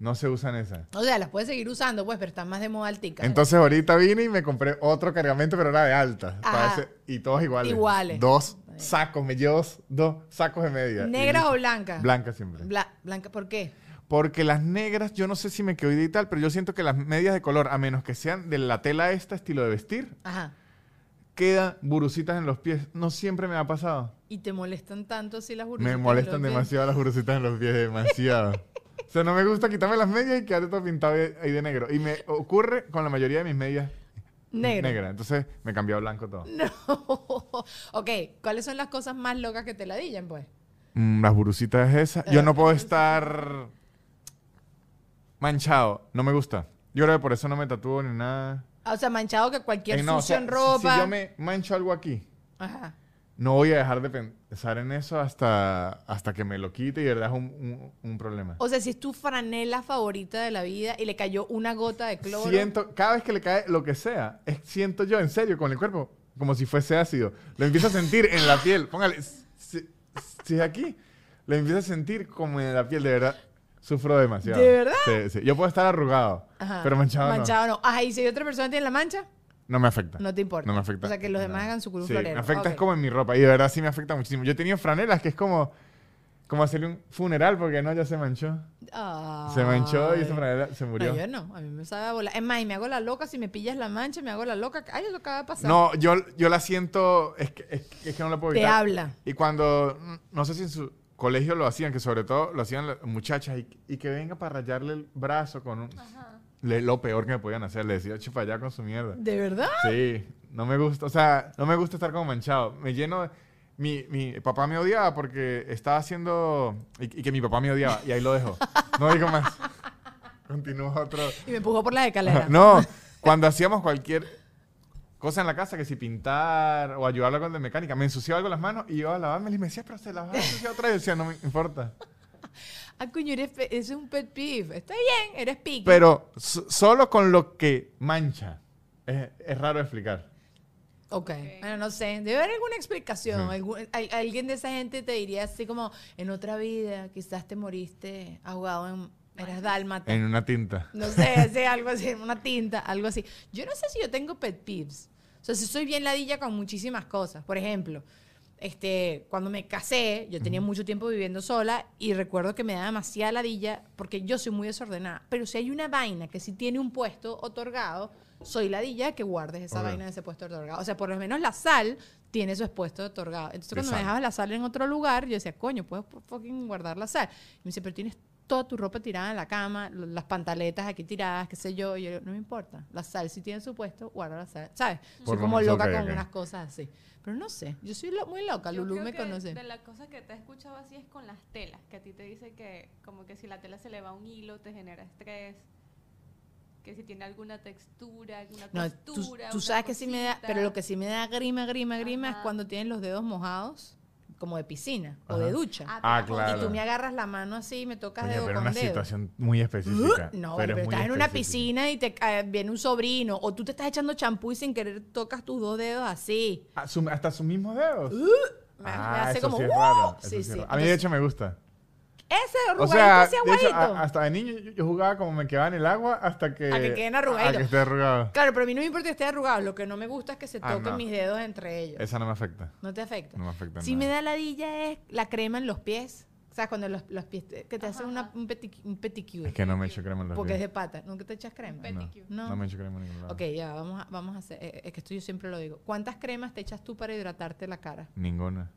No se usan esas.
O sea, las puedes seguir usando, pues, pero están más de moda altica.
Entonces ahorita vine y me compré otro cargamento, pero era de alta.
Ajá.
para ese- y todos iguales.
Iguales.
Dos sacos, me llevo dos sacos de media.
¿Negras
Y-
o blancas?
Blancas siempre.
Bla- blanca, ¿por qué?
Porque las negras, yo no sé si me quedo y tal, pero yo siento que las medias de color, a menos que sean de la tela esta, estilo de vestir,
Ajá.
quedan burucitas en los pies. No siempre me ha pasado.
Y te molestan tanto así las burbujas.
Me
en los
molestan
pies?
demasiado las burucitas en los pies, demasiado. o sea, no me gusta quitarme las medias y quedar todo pintado de- ahí de negro. Y me ocurre con la mayoría de mis medias
Negro.
negras. Entonces me cambió a blanco todo.
No. ok, ¿cuáles son las cosas más locas que te ladillan, pues?
Mm, las burucitas esas.
Eh,
Yo no puedo estar manchado. No me gusta. Yo creo que por eso no me tatúo ni nada.
Ah, O sea, manchado que cualquier
Eh, no, o
sucio
sea,
en
si-
ropa.
Si yo me mancho algo aquí,
Ajá.
no voy a dejar de pensar en eso hasta, hasta que me lo quite y de verdad es un, un- un problema.
O sea, si es tu franela favorita de la vida y le cayó una gota de cloro.
Siento, cada vez que le cae lo que sea, es- siento yo en serio con el cuerpo, como si fuese ácido. Lo empiezo a sentir en la piel. Póngale, si, si es aquí, lo empiezo a sentir como en la piel, de verdad. Sufro demasiado.
¿De verdad?
Sí, sí. Yo puedo estar arrugado,
Ajá.
pero manchado, no.
Manchado no. Ajá, y si otra persona tiene la mancha,
No me afecta.
no te importa.
No me afecta.
O sea, que los
nada.
demás hagan su culo
Sí,
florero.
Me afecta es
Ok.
como en mi ropa. Y de verdad sí me afecta muchísimo. Yo he tenido franelas que es como, como hacerle un funeral porque no, ya se manchó. Se manchó y
Ay.
esa franela se murió.
No, yo no. A mí me sabe a volar. Es más, y me hago la loca. Si me pillas la mancha, me hago la loca. Ay, eso acaba de pasar.
No, yo, yo la siento, es que, es, que- es que no la puedo
Te
evitar.
habla.
Y cuando, mm, no sé si en su colegio lo hacían, que sobre todo lo hacían las muchachas, y, y que venga para rayarle el brazo con un... le- lo peor que me podían hacer, le decía, chupa allá con su mierda.
¿De verdad?
Sí, no me gusta, o sea, no me gusta estar como manchado. Me lleno de- mi, mi papá me odiaba porque estaba haciendo y, y que mi papá me odiaba y ahí lo dejo. No digo más. Continúo otro.
Y me empujó por las escaleras.
No, cuando hacíamos cualquier cosa en la casa, que si pintar o ayudarlo con de mecánica, me ensuciaba algo las manos y yo a lavarme y me decía, pero se las vas a ensuciar otra vez. Yo decía, no me importa.
Ah, coño, eres pe- ese es un pet peeve. Está bien, eres piqui.
Pero so- solo con lo que mancha. Es, es raro explicar.
Ok. Bueno, no sé. Debe haber alguna explicación. Algún- al- alguien de esa gente te diría así como, en otra vida quizás te moriste ahogado en... Eras dálmata.
En una tinta.
No sé, sé, algo así, una tinta, algo así. Yo no sé si yo tengo pet peeves. O sea, si soy bien ladilla con muchísimas cosas. Por ejemplo, este, cuando me casé, yo tenía mucho tiempo viviendo sola y recuerdo que me da demasiada ladilla porque yo soy muy desordenada. Pero si hay una vaina que si tiene un puesto otorgado, soy ladilla que guardes esa
Ok.
vaina de ese puesto otorgado. O sea, por lo menos la sal tiene su puesto otorgado. Entonces,
De
cuando me
sal.
dejaba la sal en otro lugar, yo decía, coño, puedo pu- fucking guardar la sal. Y me dice, pero tienes toda tu ropa tirada en la cama, lo- las pantaletas aquí tiradas, qué sé yo. Y yo, no me importa. La sal si tiene su puesto, guarda la sal. ¿Sabes? soy
Por lo
como
menos,
loca
ok,
con
ok.
unas cosas así. Pero no sé, yo soy lo- muy loca.
Yo
Lulú
creo
me
que
conoce.
De las cosas que te he escuchado así es con las telas, que a ti te dice que como que si la tela se le va un hilo te genera estrés, que si tiene alguna textura, alguna
No, tú,
textura.
tú sabes que sí me da, pero lo que sí me da grima, grima, grima es
Ajá.
cuando tienen los dedos mojados, como de piscina o
Ajá.
de ducha.
Ah, claro.
Y tú me agarras la mano así y me tocas
Coño,
dedo
pero
con
una
dedo.
situación muy específica.
Uh, No,
es
pero,
muy
estás en una
específica.
piscina y te cae- viene un sobrino, o tú te estás echando champú y sin querer tocas tus dos dedos así.
Ah, su- hasta sus mismos dedos.
Uh, Me, me hace como,
sí es
"Wow".
raro, Ah, eso
Sí,
sí es
sí.
raro. A mí, de hecho, me gusta.
Ese
O
arrugadito
sea,
así
de hecho,
aguadito.
a- hasta de niño yo, yo jugaba como me quedaba en el agua hasta que.
A que queden arrugaditos.
A que esté arrugado.
Claro, pero a mí no me importa que esté arrugado. Lo que no me gusta es que se
Ah,
toquen
no.
mis dedos entre ellos.
Esa no me afecta.
No te afecta.
No me afecta
Si me
nada.
da ladilla es la crema en los pies. O sea, cuando los, los pies te- que te hacen una- un, peti- un peticure.
Es que no me echo crema en los
porque es
pies.
de pata. ¿Nunca te echas crema?
Pet-
No,
Pedicure.
No.
no me echo crema en ningún lado.
Ok, ya, vamos a, vamos a hacer. eh, Es que esto yo siempre lo digo. ¿Cuántas cremas te echas tú para hidratarte la cara?
Ninguna.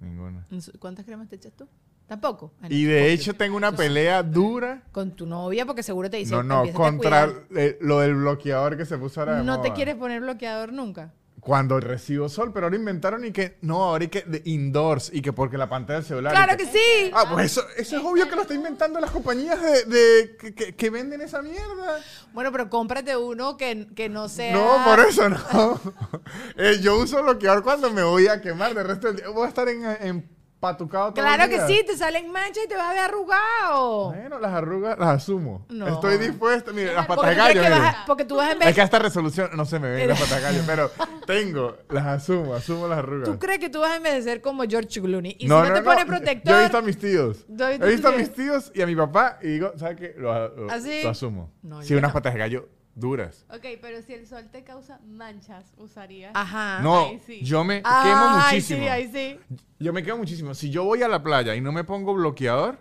Ninguna.
¿Cuántas cremas te echas tú? Tampoco. Ah, no,
Y de
con-
hecho, tengo una pelea dura.
Con tu novia, porque seguro te dice.
No, no,
"Empiézate a
contra
cuidar".
eh, lo del bloqueador que se puso ahora. de
No te
moda.
quieres poner bloqueador nunca.
Cuando recibo sol, pero ahora inventaron y que no, ahora y que de indoors y que porque la pantalla del celular. y
¡Claro
que-
que sí!
Ah, pues eso, eso es obvio que lo está inventando las compañías de, de- que, que- que venden esa mierda.
Bueno, pero cómprate uno que, que no sea.
No, por eso no. Eh, yo uso bloqueador cuando me voy a quemar. De resto del día voy a estar en, empatucado todo el
Claro que
día.
sí, te salen manchas y te vas a ver arrugado.
Bueno, las arrugas las asumo.
No.
Estoy dispuesto. Mire, las
Porque
patas de
tú, crees
gallo.
que
mire.
vas a- porque tú vas en
Es
vez.
que a esta resolución no se me ven las patas de gallo, pero tengo, las asumo, asumo las arrugas.
Tú crees que tú vas a envejecer como George Clooney. Y si
No,
no,
no,
te pones
no. Yo he visto a
protector.
mis tíos.
Yo he visto a
he visto a
tus
mis tíos y a mi papá y digo, ¿sabes qué? Lo, lo-
¿Así?
lo asumo.
¿Ah, No,
sí,
yo
unas
no.
patas de gallo duras.
Ok, pero si el sol te causa manchas, usarías.
Ajá.
no,
ahí sí.
yo me quemo
Ah, Ay,
muchísimo.
sí, ahí sí.
Yo me quemo muchísimo. Si yo voy a la playa y no me pongo bloqueador,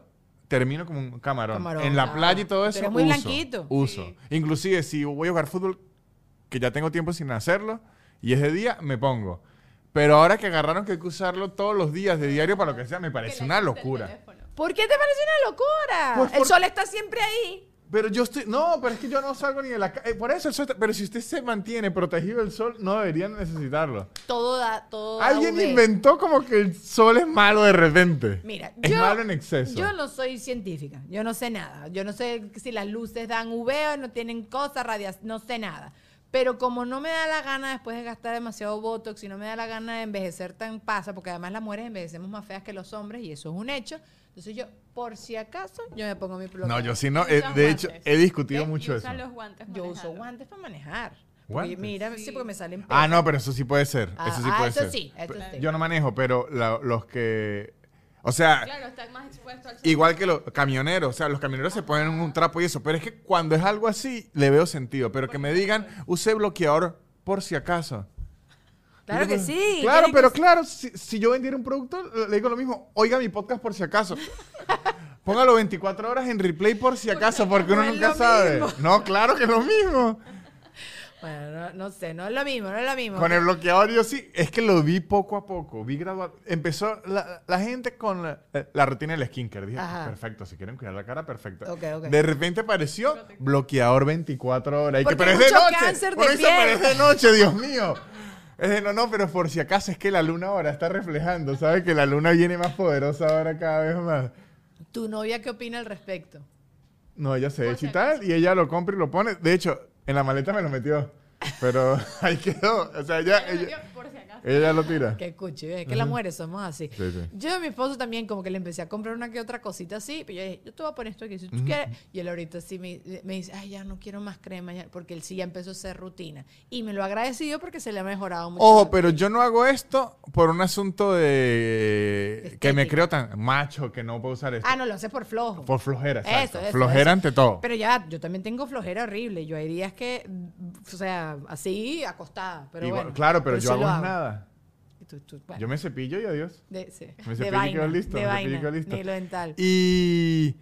termino como un camarón.
Camarón,
en la
claro.
playa y todo
Tú
eso.
eres muy
uso,
blanquito.
Uso.
Sí.
Inclusive si voy a jugar fútbol, que ya tengo tiempo sin hacerlo, y es de día, me pongo. Pero ahora que agarraron que hay que usarlo todos los días de diario para lo que sea, me parece
Que le
una
quita el
locura.
teléfono.
¿Por qué te parece una locura?
Pues
El
por-
sol está siempre ahí.
Pero yo estoy. No, pero es que yo no salgo ni de la calle. Por eso el sol está- Pero si usted se mantiene protegido del sol, no deberían necesitarado.
Todo da, todo da
Alguien
UV.
inventó como que el sol es malo de repente.
Mira,
es malo en exceso.
Yo no soy científica, yo no sé nada. Yo no sé si las luces dan UV o no tienen cosas, radiación, no sé nada. Pero como no me da la gana después de gastar demasiado botox y no me da la gana de envejecer tan pasa, porque además las mujeres envejecemos más feas que los hombres y eso es un hecho. Entonces yo, por si acaso, yo me pongo mi bloqueador.
No, yo sí no.
Y
eh,
usas
de hecho,
guantes.
he discutido
¿Ves? Y
mucho eso.
usa los guantes
Yo uso
manejando.
guantes para manejar. Porque
¿Guantes?
mira, sí.
Sí.
porque me salen
Ah,
pelos.
no, pero eso sí puede ser.
Ah,
eso sí
ah,
puede
eso
ser.
sí, eso
Pe-
sí.
Yo no manejo, pero la- los que. O sea,
Claro, está más expuesto al sol.
igual que los camioneros. O sea, los camioneros se ponen un trapo y eso. Pero es que cuando es algo así, le veo sentido. Pero que me digan, use bloqueador por si acaso.
Claro que
Digo,
sí.
Claro,
tiene que
pero claro, si, si yo vendiera un producto, le digo lo mismo. Oiga mi podcast por si acaso. Póngalo 24 horas en replay por si acaso, porque
No
uno
es
nunca
lo
sabe.
mismo.
No, claro que es lo mismo.
Bueno, no, no sé, no es lo mismo, no es lo mismo.
Con el bloqueador yo sí, es que lo vi poco a poco, vi gradual. Empezó la, la gente con la, la rutina del skincare, dije,
Ajá.
perfecto, si quieren cuidar la cara, perfecto.
Ok, ok.
De repente apareció bloqueador 24 horas, y que,
Porque
pero es
hay
de
mucho
noche,
cáncer de
Por eso,
piel.
pero es de noche, Dios mío. Es de, no, no, pero por si acaso es que la luna ahora está reflejando, ¿sabes? Que la luna viene más poderosa ahora cada vez más.
¿Tu novia qué opina al respecto?
No, ella se
Por
echa y
si
tal,
acaso.
y ella lo compra y lo pone. De hecho, en la maleta me lo metió, pero ahí quedó, o sea, ella,
Pero yo,
ella,
por si acaso.
ella lo tira.
Que cuchi, es que las mujeres somos así.
Sí, sí.
Yo a mi esposo también como que le empecé a comprar una que otra cosita así, pero yo dije, yo te voy a poner esto aquí si tú quieres. Y él ahorita sí me, me dice, ay, ya no quiero más crema, ya", porque él sí ya empezó a hacer rutina. Y me lo ha agradecido porque se le ha mejorado mucho.
Ojo, pero yo no hago esto por un asunto de que me
Estética.
creo tan macho que no puedo usar esto.
Ah, no, lo hace por flojo.
Por flojera,
Eso,
exacto.
eso,
flojera
eso.
ante todo.
Pero ya, yo también tengo flojera horrible. Yo hay días que, mm, o sea, así, acostada. Pero
Igual-
bueno,
claro, pero,
sí
yo hago
lo
es nada.
Y tú- tú- bueno,
Yo me cepillo y adiós.
de, sí, de
Me cepillo y
vaina,
quedo listo.
de
me cepillo y
vaina,
quedo listo.
ni lo dental.
Y,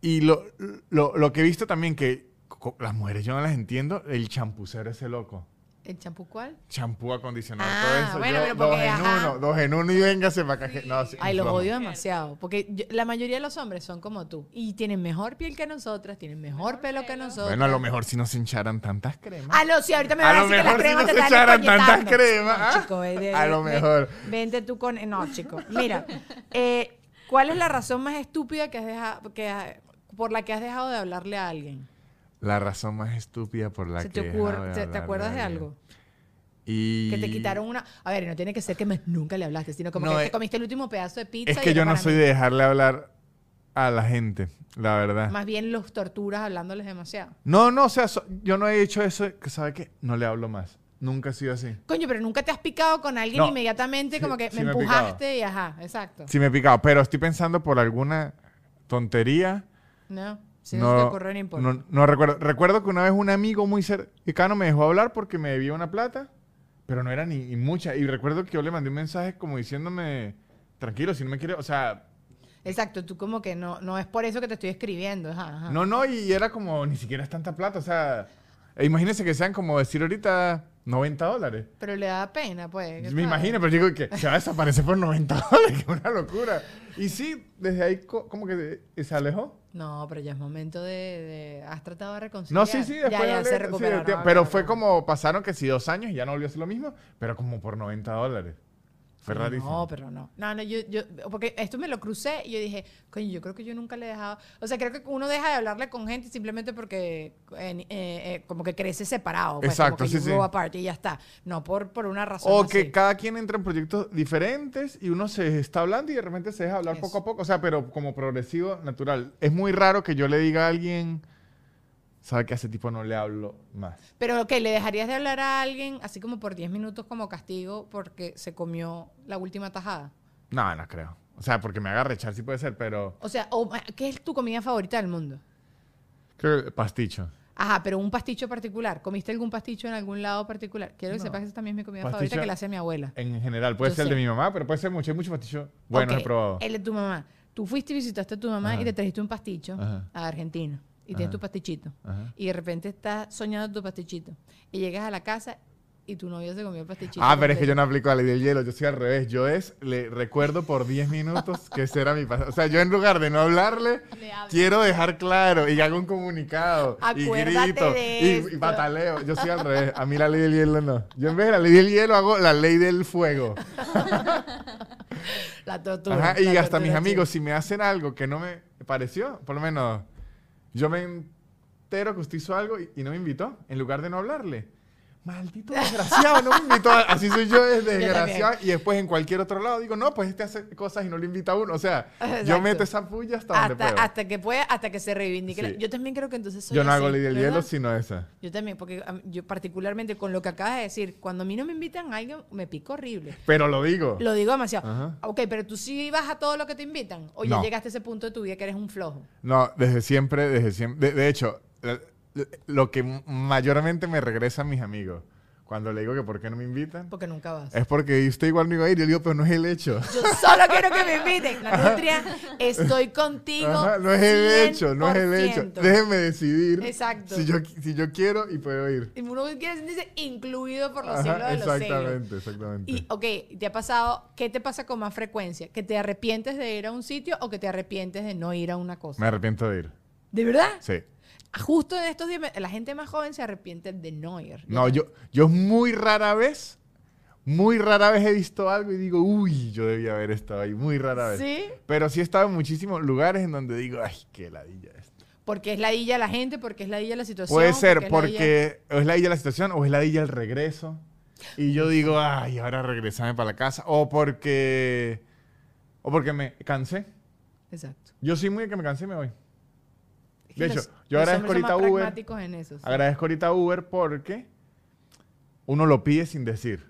y lo, lo, lo que he visto también que co- las mujeres yo no las entiendo, el champucero ese loco.
¿El champú cuál?
Champú, acondicionador,
Ah,
todo eso.
bueno,
yo,
pero porque,
dos en
ajá.
uno, dos en uno y véngase para acá. que- no, sí,
Ay,
un
los
flojo.
odio demasiado. Porque yo- la mayoría de los hombres son como tú. Y tienen mejor piel que nosotras, tienen mejor,
Mejor
pelo, que
pelo.
nosotros.
Bueno, a lo mejor si no se hincharan tantas cremas.
Ah, no, sí, ahorita me van
A
a
lo
decir que las
mejor si
cremas
no
te
se
están
echaran tantas
descoñetando.
cremas.
No,
¿ah?
chico, ve- ve-
A lo
ve-
mejor.
Vente tú con... No, chico. Mira, eh, ¿cuál es la razón más estúpida que has dejado, que, ha- por la que has dejado de hablarle a alguien?
La razón más estúpida por la
¿Se
que.
te,
he dejado
ocurre-
de
te- ¿Te
hablarle
acuerdas
a
de
alguien.
algo?
Y-
Que te quitaron una... A ver, no tiene que ser que me- nunca le hablaste, sino como
No,
que
eh,
te comiste el último pedazo de pizza.
Es
y
que
era
yo no
para
soy
mí.
de dejarle hablar a la gente, la verdad.
Más bien los torturas hablándoles demasiado.
No, no, o sea, so- yo no he hecho eso, que ¿sabe qué? No le hablo más. Nunca he sido así.
Coño, pero nunca te has picado con alguien
No.
inmediatamente,
Sí,
como que
sí
me
me he
empujaste y ajá, exacto.
Sí me he picado, pero estoy pensando por alguna tontería.
No, si no, se te ocurre, no importa.
No, no recuerdo. Recuerdo que una vez un amigo muy cercano me dejó hablar porque me debía una plata, pero no era ni, ni mucha. Y recuerdo que yo le mandé un mensaje como diciéndome, tranquilo, si no me quiere, o sea,
Exacto, tú como que no, no es por eso que te estoy escribiendo, ajá, ajá.
no, no, y era como, ni siquiera es tanta plata, o sea, e imagínense que sean como decir ahorita 90 dólares.
Pero le da pena, pues.
Me
¿qué sabes?
imagino, pero digo que se va a desaparecer por 90 dólares, que una locura. Y sí, desde ahí co- como que eh, se- se alejó.
No, pero ya es momento de, de- ¿Has tratado de reconciliar?
No, sí, sí, después
Ya, ya
hablé-
se
sí,
recuperaron,
tío,
ahora,
pero
ahora.
fue como, pasaron que si dos años y ya no volvió a hacer lo mismo, pero como por 90 dólares. Fue rarísimo.
No, pero no. No, no, yo, yo, porque esto me lo crucé y yo dije, coño, yo creo que yo nunca le he dejado. O sea, creo que uno deja de hablarle con gente simplemente porque eh, ni- eh, eh, como que crece separado. pues,
Exacto,
como que
sí,
you
sí.
grow apart y ya está. No por, por una razón.
o que
así.
cada quien entra en proyectos diferentes y uno se está hablando y de repente se deja hablar
Eso.
poco a poco, o sea, pero como progresivo, natural. Es muy raro que yo le diga a alguien, sabe que a ese tipo no le hablo más.
Pero, ok, ¿le dejarías de hablar a alguien así como por 10 minutos como castigo porque se comió la última tajada?
No, no creo. O sea, porque me haga rechar, sí puede ser, pero
O sea, o- eh, ¿qué es tu comida favorita del mundo?
creo que pasticho.
Ajá, pero un pasticho particular. ¿Comiste algún pasticho en algún lado particular? Quiero que
No.
sepas que esa también es mi comida
Pasticho-
favorita que la hace mi abuela.
En general, puede
Yo
ser el
sé.
de mi mamá, pero puede ser mucho. Hay mucho pasticho bueno
Ok,
he probado.
El de tu mamá. Tú fuiste y visitaste a tu mamá
Ajá.
y te trajiste un pasticho
Ajá.
a Argentina y
Ajá.
tienes tu pastichito.
Ajá.
Y de repente estás soñando tu pastichito. Y llegas a la casa y tu novio se comió el pastichito.
Ah, pero es que
completo.
yo no aplico la ley del hielo, yo soy al revés. Yo es, le recuerdo por 10 minutos que ese era mi pasado. O sea, yo en lugar de no hablarle,
Le hablo.
quiero dejar claro y hago un comunicado.
Acuérdate
y grito
de
y,
esto.
y bataleo. Yo soy al revés. A mí la ley del hielo no. Yo en vez de la ley del hielo hago la ley del fuego.
La tortura.
Ajá, y
la
hasta mis
tortura,
amigos,
sí.
si me hacen algo que no me pareció, por lo menos yo me entero que usted hizo algo y, y no me invitó, en lugar de no hablarle. Maldito desgraciado, no me invitó. Así soy yo, es desgraciado. Y después en cualquier otro lado digo, no, pues este hace cosas y no le invita a uno. O sea, yo
Exacto.
meto esa puya hasta, donde
Hasta,
puedo.
hasta que pueda, hasta que se reivindique. la-
Sí.
Yo también creo que entonces soy
yo no
así,
hago ley del hielo,
¿verdad?
sino esa.
Yo también, porque a mí- yo particularmente con lo que acabas de decir, cuando a mí no me invitan a alguien, me pico horrible.
Pero lo digo.
Lo digo demasiado.
Ajá.
Ok, pero tú sí vas a todo lo que te invitan. O ya
No.
llegaste a ese punto de tu vida que eres un flojo.
No, desde siempre, desde siempre. De, de hecho, la- lo que mayormente me regresan mis amigos cuando le digo que por qué no me invitan
Porque nunca vas.
Es porque usted igual no iba a ir. Yo le digo, pero no es el hecho.
Yo solo quiero que me inviten. La nutria, estoy contigo.
Ajá, no es el hecho, no es el hecho.
100%.
Déjeme decidir
Exacto.
Si, yo, si yo quiero y puedo ir.
Y uno quiere sentirse incluido por los
Ajá,
siglos de los siglos.
exactamente, exactamente.
Y, ok, ¿te ha pasado? ¿Qué te pasa con más frecuencia? ¿Que te arrepientes de ir a un sitio o que te arrepientes de no ir a una cosa?
Me arrepiento de ir.
¿De verdad?
Sí.
Justo en estos días, me- la gente más joven se arrepiente de no ir.
No, yo, yo muy rara vez, muy rara vez he visto algo y digo, uy, yo debía haber estado ahí. Muy rara vez.
¿Sí?
Pero sí he estado en muchísimos lugares en donde digo, ay, qué ladilla esto.
Porque es ladilla la gente, porque es ladilla la situación.
Puede ser
Pues es ladilla-
porque o es ladilla la situación o es ladilla el regreso. Y yo digo, ay, ahora regresame para la casa. O porque. O porque me cansé.
Exacto.
Yo soy muy de que me cansé y me voy.
Es que
De hecho,
los-
yo
los
agradezco
hombres son
ahorita a
más
Uber.
pragmáticos en eso, sí.
Agradezco ahorita a Uber porque uno lo pide sin decir.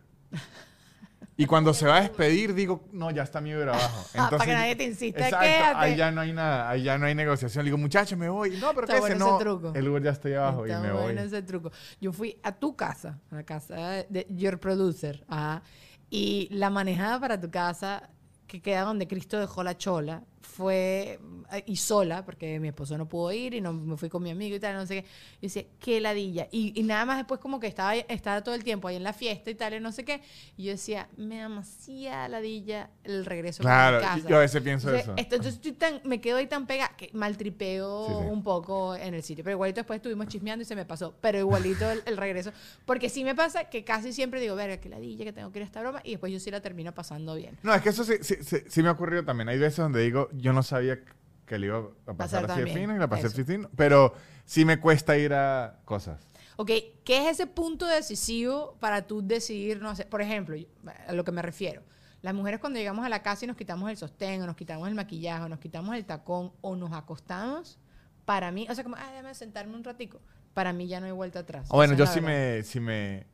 Y cuando se va a despedir, digo, no, ya está mi Uber abajo.
Ah, para que nadie te insista,
Exacto,
quédate.
ahí ya no hay nada, ahí ya no hay negociación. Le digo, muchacho, me voy. No, pero
Está
quédese,
bueno
no.
ese truco.
El Uber ya estoy abajo
Está
y me
bueno
voy.
ese truco. Yo fui a tu casa, a la casa de Your Producer, ajá, y la manejada para tu casa, que queda donde Cristo dejó la chola, fue, eh, y sola, porque mi esposo no pudo ir y no me fui con mi amigo y tal, no sé qué. Yo decía, qué ladilla. Y, y nada más después como que estaba, ahí- estaba todo el tiempo ahí en la fiesta y tal, y no sé qué. Y yo decía, me da demasiada ladilla el regreso a mi
Claro,
casa.
yo a veces pienso
Entonces,
eso.
esto- entonces estoy tan- me quedo ahí tan pegada que maltripeo
Sí, sí.
un poco en el sitio. Pero igualito después estuvimos chismeando y se me pasó. Pero igualito el, el regreso. Porque sí me pasa que casi siempre digo, verga, que ladilla, que tengo que ir a esta broma. Y después yo sí la termino pasando bien.
No, es que eso sí, sí, sí- sí me ha ocurrido también. Hay veces donde digo, yo no sabía que le iba a
Pasar
pasar, así de
también.
fino y la pasé
Eso.
fino. Pero sí me cuesta ir a cosas.
Ok, ¿qué es ese punto decisivo para tú decidir no hacer? Por ejemplo, yo- a lo que me refiero. Las mujeres cuando llegamos a la casa y nos quitamos el sostén, o nos quitamos el maquillaje, o nos quitamos el tacón, o nos acostamos, para mí, o sea, como, ah, déjame sentarme un ratico. Para mí ya no hay vuelta atrás.
O bueno,
Esa
yo
es la
sí
verdad.
me, sí me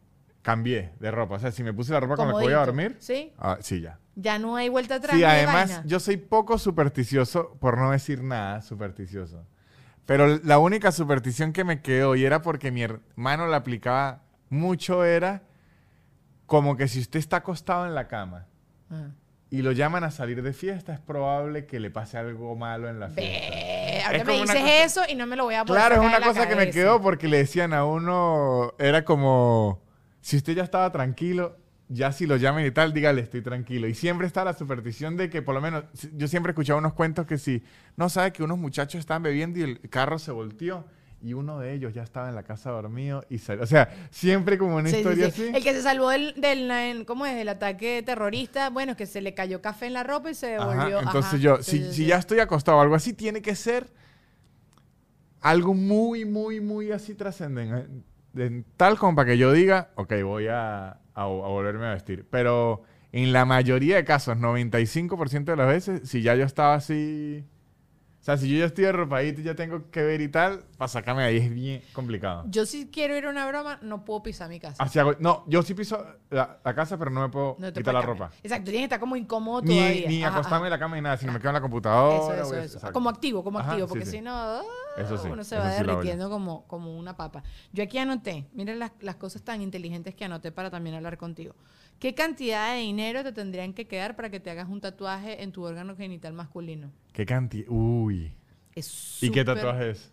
cambié de ropa. O sea, si me puse la ropa
Pues,
con la que voy a
Comodito,
dormir.
¿sí?
ah, sí, ya.
Ya no hay vuelta atrás.
Sí,
no hay
además,
vaina.
yo soy poco supersticioso, por no decir nada supersticioso. Pero la única superstición que me quedó, y era porque mi hermano la aplicaba mucho, era como que si usted está acostado en la cama
Ah.
y lo llaman a salir de fiesta, es probable que le pase algo malo en la fiesta.
Ve, ahorita
Es
me
como una
dices
cosa-
eso y no me lo voy a poner.
Claro, es una cosa que me quedó porque le decían a uno, era como, si usted ya estaba tranquilo, ya si lo llamen y tal, dígale, estoy tranquilo. Y siempre está la superstición de que, por lo menos, si- yo siempre he escuchado unos cuentos que si, no sabe que unos muchachos estaban bebiendo y el carro se volteó. Y uno de ellos ya estaba en la casa dormido y salió. O sea, siempre como una historia así.
El que se salvó del, del, en- ¿cómo es? del ataque terrorista, bueno, que se le cayó café en la ropa y se
Ajá,
devolvió.
Entonces
ajá.
yo,
Sí,
si,
sí,
si
sí.
ya estoy acostado o algo así, tiene que ser algo muy, muy, muy así trascendental como para que yo diga, ok, voy a, a- a volverme a vestir. Pero en la mayoría de casos, 95% de las veces, si ya yo estaba así... O sea, si yo ya estoy arropadito y ya tengo que ver y tal, para sacarme de ahí es bien complicado.
Yo si quiero ir a una broma, no puedo pisar mi casa.
Así hago- no, yo sí piso la, la casa, pero no me puedo
No te
quitar la
puedes
ropa.
cambiar. Exacto, tienes que estar como incómodo
Ni,
todavía.
ni
Ajá,
acostarme en
ajá.
la cama ni nada, sino me quedo en la computadora.
Eso,
voy
eso,
a-
eso.
exacto.
Como activo, como
Ajá,
activo,
sí,
porque
sí.
si no, ah,
Eso sí,
uno se
eso
va
sí lo hago yo.
derritiendo como, como una papa. Yo aquí anoté, miren las, las cosas tan inteligentes que anoté para también hablar contigo. ¿Qué cantidad de dinero te tendrían que quedar para que te hagas un tatuaje en tu órgano genital masculino?
¿Qué cantidad? Uy.
Es
¿Y qué
súper-
tatuaje es?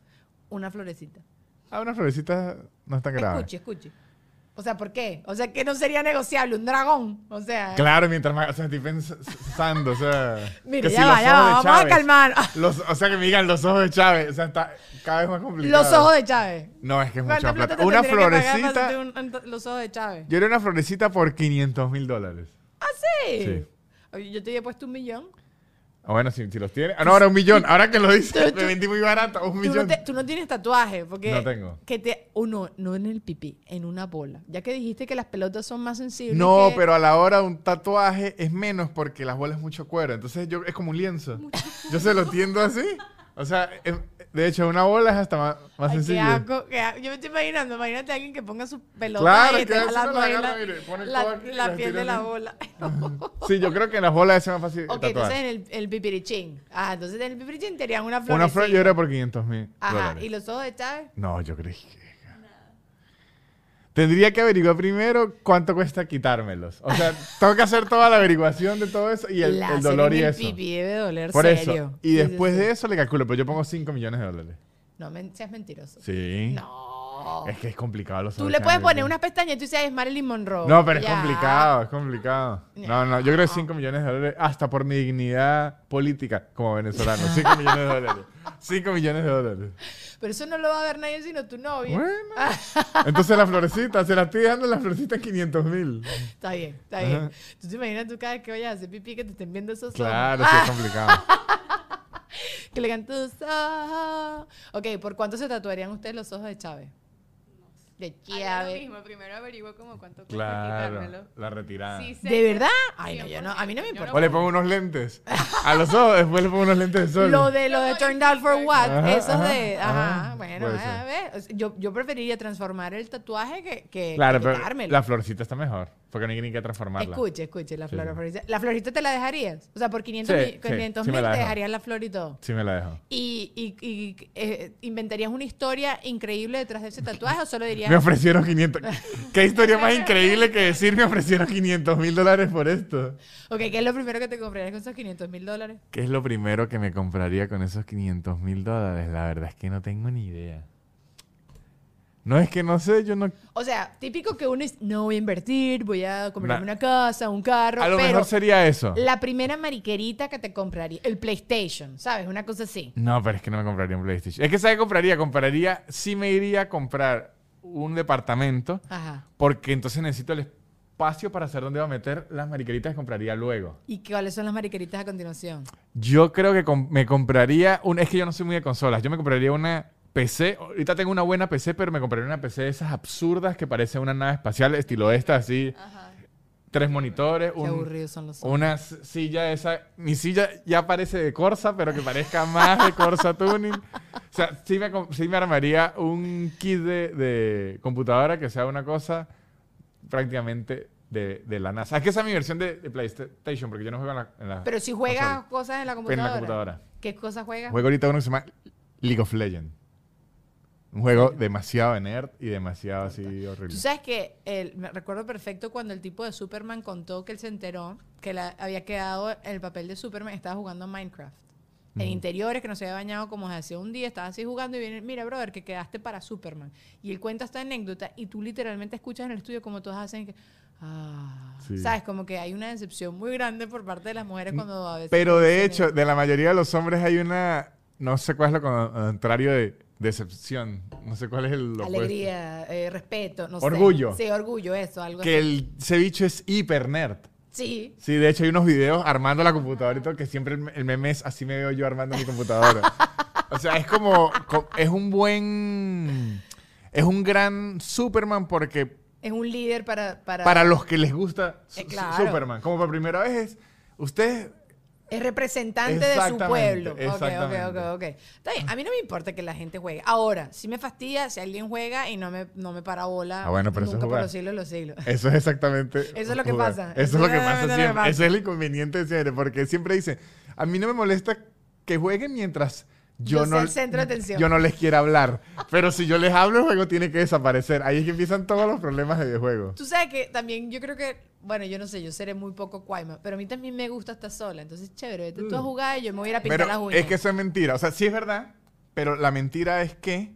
Una florecita.
Ah, una florecita no es tan grave.
Escuche, escuche. O sea, ¿por qué? O sea, que no sería negociable un dragón. O sea,
Claro, mientras más. O sea, estoy pensando, o sea.
mire,
que
ya
si
va,
los
ya va. Vamos a
ojos de Chávez,
calmar.
los- o sea, que me digan los ojos de Chávez. O sea, está cada vez más complicado.
Los ojos de Chávez.
No, es que es mucha
¿Cuánta
plata.
plata te
Una
tendría que pagar para
florecita.
hacerte un- un- los ojos de Chávez.
Yo era una florecita por 500 mil dólares.
Sí.
Sí.
Oye, Yo te había puesto un millón.
Ah, bueno, si, si los tiene. Ah, no, ahora un millón. Ahora que lo dices,
tú-
me vendí muy barato. Un
Tú no,
millón.
te- tú no tienes tatuaje, porque...
No tengo.
Que te, uno, no en el pipí, en una bola. Ya que dijiste que las pelotas son más sensibles.
No,
que-
pero a la hora un tatuaje es menos porque las bolas es mucho cuero. Entonces yo es como un lienzo. Yo se lo tiendo así. O sea, em, de hecho, una bola es hasta más, más
Ay, qué
sencilla.
asco, qué asco. Yo me estoy imaginando, imagínate a alguien que ponga su pelota
Claro,
y
que
te
eso
la,
no la agarra,
bola,
mire, pone el
la-
codo aquí y
la
la
piel de
estira
la
así.
bola.
Sí, yo creo que en las bolas es más fácil
ok,
tatuar.
entonces en el, el pipirichín. Ah, entonces en el pipirichín te harían una flor.
Una flor yo era por 500 mil
Ajá,
dólares.
y los ojos de Chávez.
No, yo creí que... Tendría que averiguar primero cuánto cuesta quitármelos. O sea, tengo que hacer toda la averiguación de todo eso y el, el
Láser
dolor
en
y
el
eso.
pipí debe doler
Por
serio.
eso. Y
Sí, sí,
después
sí.
de eso le calculo, pero yo pongo 5 millones de dólares.
No men- seas mentiroso.
Sí.
No.
Es que es complicado los
Tú
ojos
le
de
puedes
Henry.
poner unas pestañas y tú dices, es Marilyn Monroe.
No, pero es
Ya.
complicado, es complicado. No, no, yo creo que 5 millones de dólares, hasta por mi dignidad política como venezolano. 5 millones de dólares. 5 millones de dólares.
Pero eso no lo va a ver nadie sino tu novio.
Bueno. Entonces la florecita, se la estoy dejando la florecita en 500 mil.
Está bien, está bien. Tú te imaginas tú cada vez que vayas a hacer pipí que te estén viendo esos ojos.
Claro, sí, es complicado.
Que le canto tus ojos. Ok, ¿por cuánto se tatuarían ustedes los ojos de Chávez? De
Haría lo
Chávez.
mismo, primero averiguo como cuánto cuesta
Claro,
quitármelo.
la retirada.
Sí sé
¿De
que-
verdad? Ay, no, yo no. A mí no me
Yo
importa.
O le pongo unos lentes a los ojos, después le pongo unos lentes de sol.
Lo de lo de Turned Out for What,
Ajá,
eso de. Ajá,
ajá, ajá,
bueno,
puede
a
ser.
ver. o sea, Yo, yo preferiría transformar el tatuaje que, que
Claro,
que
pero
quitármelo.
la florcita está mejor, porque no hay ni que transformarla.
Escuche, escuche, la
Sí,
flor.
sí.
florista. ¿La florita te la dejarías? O sea, por 500
Sí,
mil,
sí,
500
sí me
mil
la
te
dejo.
dejarías la flor y todo.
Sí me la dejo.
¿Y, y, y, eh, inventarías una historia increíble detrás de ese tatuaje o solo dirías...
Me ofrecieron 500. ¿Qué historia más increíble que decir me ofrecieron 500 mil dólares por esto?
Ok, ¿qué es lo primero que te comprarías con esos 500 mil dólares?
¿Qué es lo primero que me compraría con esos 500 mil dólares? La verdad es que no tengo ni idea. No es que no sé, yo no.
O sea, típico que uno es, no voy a invertir, voy a comprarme
Na-
una casa, un carro,
A lo
pero
mejor sería eso.
la primera mariquerita que te compraría, el PlayStation, ¿sabes? Una cosa así.
No, pero es que no me compraría un PlayStation. Es que ¿sabes qué compraría? Compraría, sí me iría a comprar un departamento,
Ajá.
porque entonces necesito el espacio para saber dónde va a meter las mariqueritas que compraría luego.
¿Y cuáles son las mariqueritas a continuación?
Yo creo que com- me compraría un. Es que yo no soy muy de consolas. Yo me compraría una PC. Ahorita tengo una buena PC, pero me compraría una PC de esas absurdas que parece una nave espacial, estilo esta, así.
Ajá.
Tres monitores,
Qué
un,
aburridos son los hombres.
una s- silla esa. Mi silla ya parece de Corsa, pero que parezca más de Corsa Tuning. O sea, sí me, com- sí me armaría un kit de, de computadora que sea una cosa prácticamente de, de la NASA. Es que esa es mi versión de, de PlayStation, porque yo no juego en la. en la
Pero si juegas
consola.
cosas en la
Pues en
computadora.
la computadora.
¿Qué cosas juegas?
Juego ahorita uno que se llama League of Legends. Un juego demasiado de nerd y demasiado así
Tú
horrible.
sabes que el- me recuerdo perfecto cuando el tipo de Superman contó que él se enteró que la, había quedado en el papel de Superman, estaba jugando a Minecraft. En
Ujú.
interiores, que no se había bañado como desde hacía un día, estaba así jugando y viene, mira, brother, que quedaste para Superman. Y él cuenta esta anécdota y tú literalmente escuchas en el estudio como todos hacen que. Ah,
Sí. Mm,
¿Sabes? Como que hay una decepción muy grande por parte de las mujeres cuando a veces.
Pero
dicen,
de hecho, de la mayoría de los hombres hay una. No sé cuál es lo contrario de decepción. No sé cuál es el. opuesto.
Alegría, eh, respeto, no sé.
Orgullo.
Sí, orgullo, eso, algo
Que
así.
el ceviche es hiper nerd.
Sí.
Sí, de hecho hay unos videos armando la computadora y todo, que siempre el, el meme es así me veo yo armando mi computadora. o sea, es como, co- es un buen, es un gran Superman porque
Es un líder para. para,
para los que les gusta su-
Eh, claro.
Superman. Como por primera vez es, ustedes,
Es representante de su
Exactamente,
pueblo. Ok, ok,
exactamente.
ok, ok. Está bien, a mí no me importa que la gente juegue. Ahora, si me fastidia si alguien juega y no me, no me para bola
Ah, bueno, pero eso
nunca
es
por
jugar.
los siglos de los siglos.
eso es exactamente.
Eso es lo que pasa.
Eso, es lo que
Eso es
pasa
lo que
siempre.
pasa.
Ese es el inconveniente de siempre, porque siempre dicen, a mí no me molesta que jueguen mientras
Yo,
yo
soy
no,
el centro de atención.
yo no les quiero hablar. Pero si yo les hablo, el juego tiene que desaparecer. Ahí es que empiezan todos los problemas de videojuegos.
Tú sabes que también yo creo que, bueno, yo no sé, yo seré muy poco cuaima, pero a mí también me gusta estar sola. Entonces, chévere, vete tú a jugar y yo me voy a ir a pintar las
Mm. Pero
uñas.
es que eso es mentira. O sea, sí es verdad, pero la mentira es que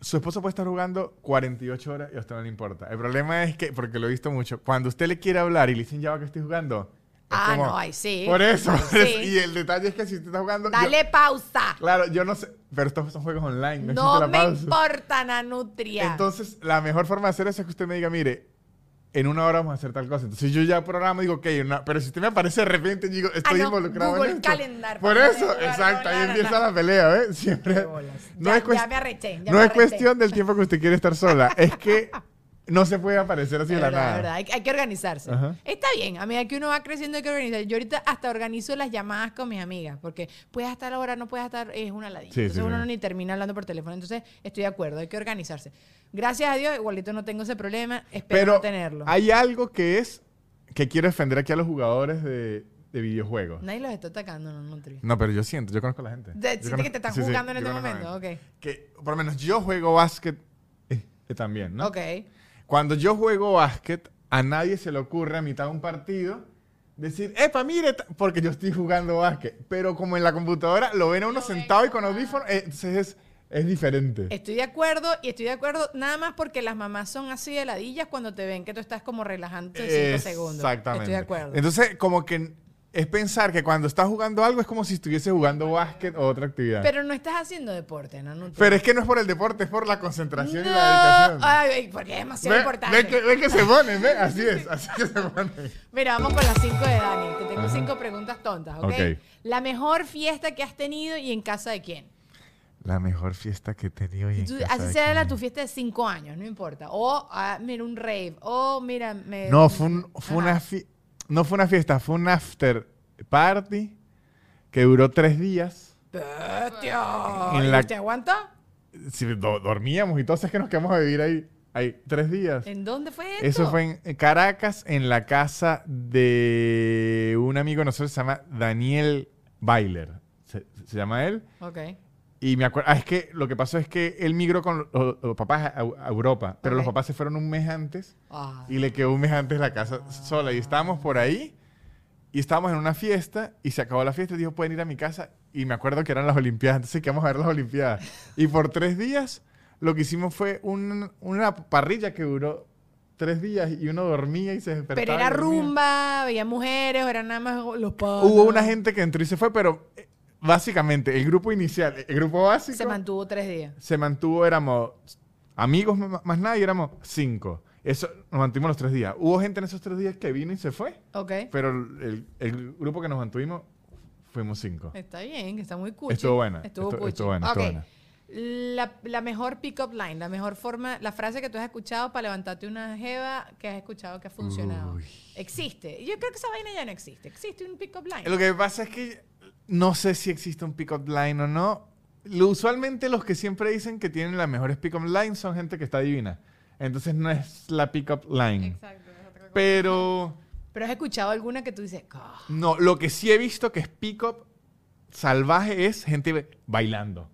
su esposo puede estar jugando 48 horas y a usted no le importa. El problema es que, porque lo he visto mucho, cuando usted le quiere hablar y le dicen ya va que estoy jugando. es
Ah,
como-
no, ay, sí.
Por eso.
Sí.
Y el detalle es que si usted está jugando. yo-
Dale pausa.
claro, yo no sé. Pero estos son juegos online, no,
No
existe la
me
pausa.
importa, nanutria.
Entonces, la mejor forma de hacer eso es que usted me diga, mire, en una hora vamos a hacer tal cosa. Entonces yo ya programo y digo, ok, en una- pero si usted me aparece de repente, yo digo, estoy
Ah, no,
involucrado
Google
en esto.
Calendar,
Por
para
eso,
poder guardar,
exacto,
na,
ahí
na,
empieza
na.
la pelea, ¿eh? Siempre. No
ya,
es, cuest-
ya me arreché. ya
no
me
es
arreché.
cuestión del tiempo que usted quiere estar sola, es que no se puede aparecer así de
Es
la
verdad,
nada.
es verdad, hay, hay que organizarse.
Ajá.
Está bien, a medida que uno va creciendo hay que organizar. Yo ahorita hasta organizo las llamadas con mis amigas, porque puedes estar ahora, no puedes estar, es una ladilla.
Sí,
Entonces
sí,
uno
sí.
no ni termina hablando por teléfono. Entonces estoy de acuerdo, hay que organizarse. Gracias a Dios, igualito no tengo ese problema, espero
Pero
no tenerlo.
hay algo que es que quiero defender aquí a los jugadores de, de videojuegos.
Nadie los está atacando, no, no, tri.
No, pero yo siento, yo conozco a la gente.
De-
Yo
siente
conozco-
que te están
sí, sí,
jugando en
yo
este
conozco a la
momento.
gente.
Ok.
que por lo menos yo juego básquet eh, eh, también, ¿no?
Ok.
Cuando yo juego básquet, a nadie se le ocurre a mitad de un partido decir, epa, mire, ta-", porque yo estoy jugando básquet. Pero como en la computadora lo ven a uno
Lo ven,
sentado y con
ah.
audífonos, eh, entonces es, es diferente.
Estoy de acuerdo y estoy de acuerdo nada más porque las mamás son así de ladillas cuando te ven que tú estás como relajante cinco segundos.
Exactamente.
Estoy de acuerdo.
Entonces, como que es pensar que cuando estás jugando algo es como si estuviese jugando básquet o otra actividad. Pero,
pero no estás haciendo deporte, ¿no? No te-
es que no es por el deporte, es por la concentración y la
No.
dedicación.
Ay, ay, porque es demasiado
ve,
importante.
ve que, ve que se ponen, ve, así es, así que se ponen.
Mira, vamos con las cinco de Dani. Te tengo
Ajá.
cinco preguntas tontas, ¿ok?
Ok.
La mejor fiesta que has tenido y en casa de quién.
La mejor fiesta que he tenido y en
Tú-
casa
así
de
sea la
quién.
tu fiesta de cinco años, no importa. O, ah, mira, un rave. O, mira, me-
No, fue, un- fue
Em, Ajá.
una fi- no fue una fiesta, fue un after party que duró tres días.
¡Bestia!
En
Ah, ¿Y
la-
¿Usted aguantó?
Sí, do- dormíamos y todo, es que nos quedamos a vivir ahí, ahí tres días.
¿En dónde fue esto?
Eso fue en Caracas, en la casa de un amigo de nosotros, se llama Daniel Bailer. Se, se llama él.
Ok.
Y me acuerdo, ah, es que lo que pasó es que él migró con los, los- los papás a, a Europa, pero los
Ok.
papás se fueron un mes antes
Ah.
Y le quedó un mes antes la casa sola. Y estábamos por ahí. Y estábamos en una fiesta. Y se acabó la fiesta. Y dijo, pueden ir a mi casa. Y me acuerdo que eran las Olimpiadas. Entonces que vamos a ver las Olimpiadas. Y por tres días, lo que hicimos fue un- una parrilla que duró tres días. Y uno dormía y se despertaba.
Pero
y
era
dormía.
rumba, había mujeres, o eran nada más los panas.
Hubo una gente que entró y se fue. Pero eh, básicamente, el grupo inicial, el grupo básico,
Se mantuvo tres días.
se mantuvo, éramos amigos m- más nada y éramos cinco. Eso nos mantuvimos los tres días. Hubo gente en esos tres días que vino y se fue.
Ok.
Pero el, el grupo que nos mantuvimos fuimos cinco.
Está bien, está muy cool.
Estuvo buena,
Estuvo,
estu-
cuchi.
estuvo buena, estuvo
Ok.
buena.
La, la mejor pick-up line, la mejor forma, la frase que tú has escuchado para levantarte una jeva que has escuchado que ha funcionado.
Uy.
Existe. Yo creo que esa vaina ya no existe. Existe un pick-up line.
Lo que pasa es que no sé si existe un pick-up line o no. Lo- Usualmente los que siempre dicen que tienen las mejores pick-up lines son gente que está divina. Entonces no es la pick-up line.
Exacto, es otra cosa.
Pero
Pero has escuchado alguna que tú dices, "Ah,
no, lo que sí he visto que es pick-up salvaje es gente ba- bailando.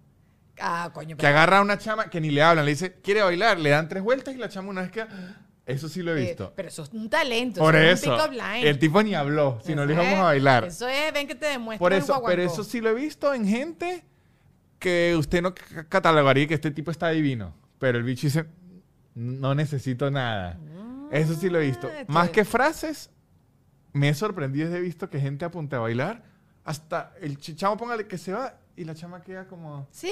ah, coño,
Que
pero-
agarra a una chama que ni le hablan, le dice, quiere bailar, le dan tres vueltas y la chama una vez que... "Ah, Eso sí lo he
eh,
visto.
pero eso es un talento.
Por
es un
eso.
pick-up line.
El tipo ni habló, sino le
Eso
dijo vamos
es-
a bailar.
Eso es, ven que te demuestro
Por
el
eso, pero
guaguancó".
eso sí lo he visto en gente que usted no ca- catalogaría que este tipo está divino. Pero el bicho dice, no necesito nada. Eso sí lo he visto.
Ah,
Más
te-
que frases, me he sorprendido. He visto que gente apunta a bailar. Hasta el ch- chamo, póngale que se va y la chama queda como,
Sí,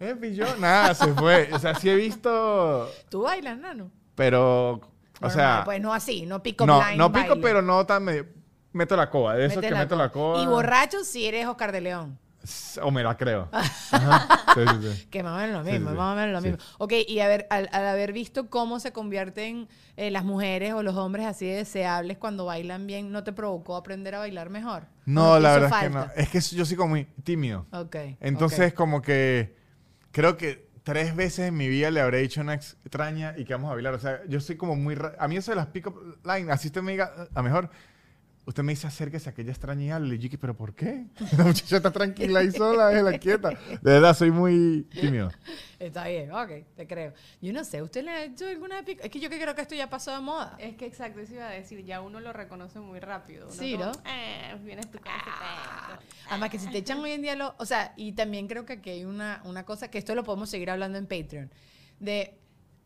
eh, pilló. Nada, se fue. O sea, sí he visto,
tú bailas, nano.
pero, o
Normal,
sea.
pues no así, no pick-up
no,
line.
no pico,
baile.
pero no tan medio. Meto la coba, de eso
Mete
que meto la coba.
Y borracho si eres Oscar de León.
S- O me la creo. Ajá. Sí, sí, sí.
Que más o menos lo
Sí,
mismo,
sí, sí.
más o menos lo
Sí.
mismo. Ok, y a ver, al, al haber visto cómo se convierten eh, las mujeres o los hombres así de deseables cuando bailan bien, ¿no te provocó aprender a bailar mejor?
No,
te
la
hizo
verdad
falta?
es que no. Es que yo soy como muy tímido.
Ok.
Entonces,
ok.
como que creo que tres veces en mi vida le habré dicho a una extraña y que vamos a bailar. O sea, yo soy como muy. ra- A mí eso de las pick-up line, así usted me diga, a mejor. Usted me dice acérquese a aquella extraña y hable". Le dije, pero ¿por qué? La muchacha está tranquila y sola, déjela quieta. De verdad, soy muy tímido.
Está bien, ok, te creo. Yo no sé, ¿usted le ha hecho alguna pic- Es que yo que creo que esto ya pasó de moda.
Es que exacto, eso iba a decir, ya uno lo reconoce muy rápido. uno
Sí,
como,
¿no? Ah.
"Ah, vienes tú con ese cuento".
Además que si te echan hoy en día lo, o sea, y también creo que aquí hay una, una cosa, que esto lo podemos seguir hablando en Patreon, de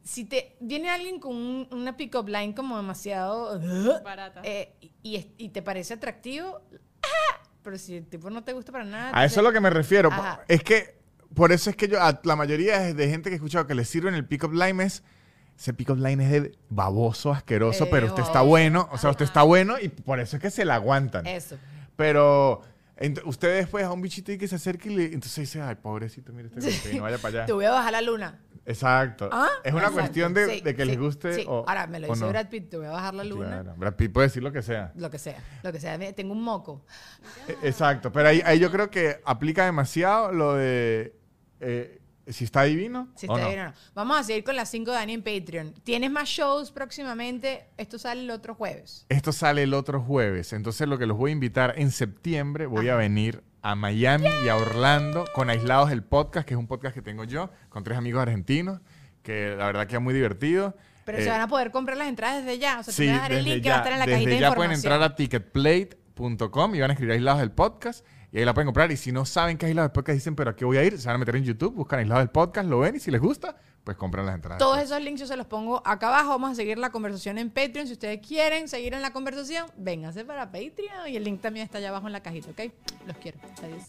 si te viene alguien con un- una pick-up line como demasiado "Ugh",
Barata.
eh, y- y, es- y te parece atractivo, ¡ah! pero si el tipo no te gusta para nada,
A Ah, eso es lo que me refiero. po-
Ajá.
Es que por eso es que yo, a la mayoría de- de gente que he escuchado que le sirven el pick-up line es. Ese pick-up line es de baboso, asqueroso,
Eh, Eh.
pero usted está
baboso.
bueno. O sea, usted está bueno y por eso es que se la aguantan.
eso.
Pero ent- usted después a un bichito y que se acerque y le, entonces dice, ay, pobrecito, mire este bicho, que no vaya para
Te
allá.
voy a bajar la luna.
Exacto.
Ah,
es una
exacto.
cuestión de,
Sí,
de que
sí,
les guste
sí.
o
Ahora me lo
o
dice
no.
Brad Pitt, te voy a bajar la luna.
Claro, Brad Pitt puede decir lo que sea.
Lo que sea, lo que sea. Mira, Tengo un moco.
E- Exacto, pero ahí, ahí yo creo que aplica demasiado lo de eh, si está divino
Si
o
está
no.
bien o no. Vamos a seguir con las 5 de Dani en Patreon. ¿Tienes más shows próximamente? Esto sale el otro jueves.
Esto sale el otro jueves, entonces lo que los voy a invitar en septiembre, voy a
Ajá.
venir a Miami y a Orlando con Aislados el podcast, que es un podcast que tengo yo con tres amigos argentinos, que la verdad que es muy divertido.
Pero
Eh,
se van a poder comprar las entradas desde ya. O sea,
Sí,
tú me vas a dar el
desde
link que
ya,
va a estar en la
desde
cajita de
ya
información.
pueden entrar a ticketplate.com y van a escribir aislados del podcast y ahí la pueden comprar. Y si no saben qué es aislados del podcast, dicen, pero ¿a qué voy a ir? Se van a meter en YouTube, buscan aislados del podcast, lo ven y si les gusta, pues compran las entradas.
Todos esos links yo se los pongo acá abajo. Vamos a seguir la conversación en Patreon. Si ustedes quieren seguir en la conversación, vénganse para Patreon. Y el link también está allá abajo en la cajita, ¿ok? Los quiero. Adiós.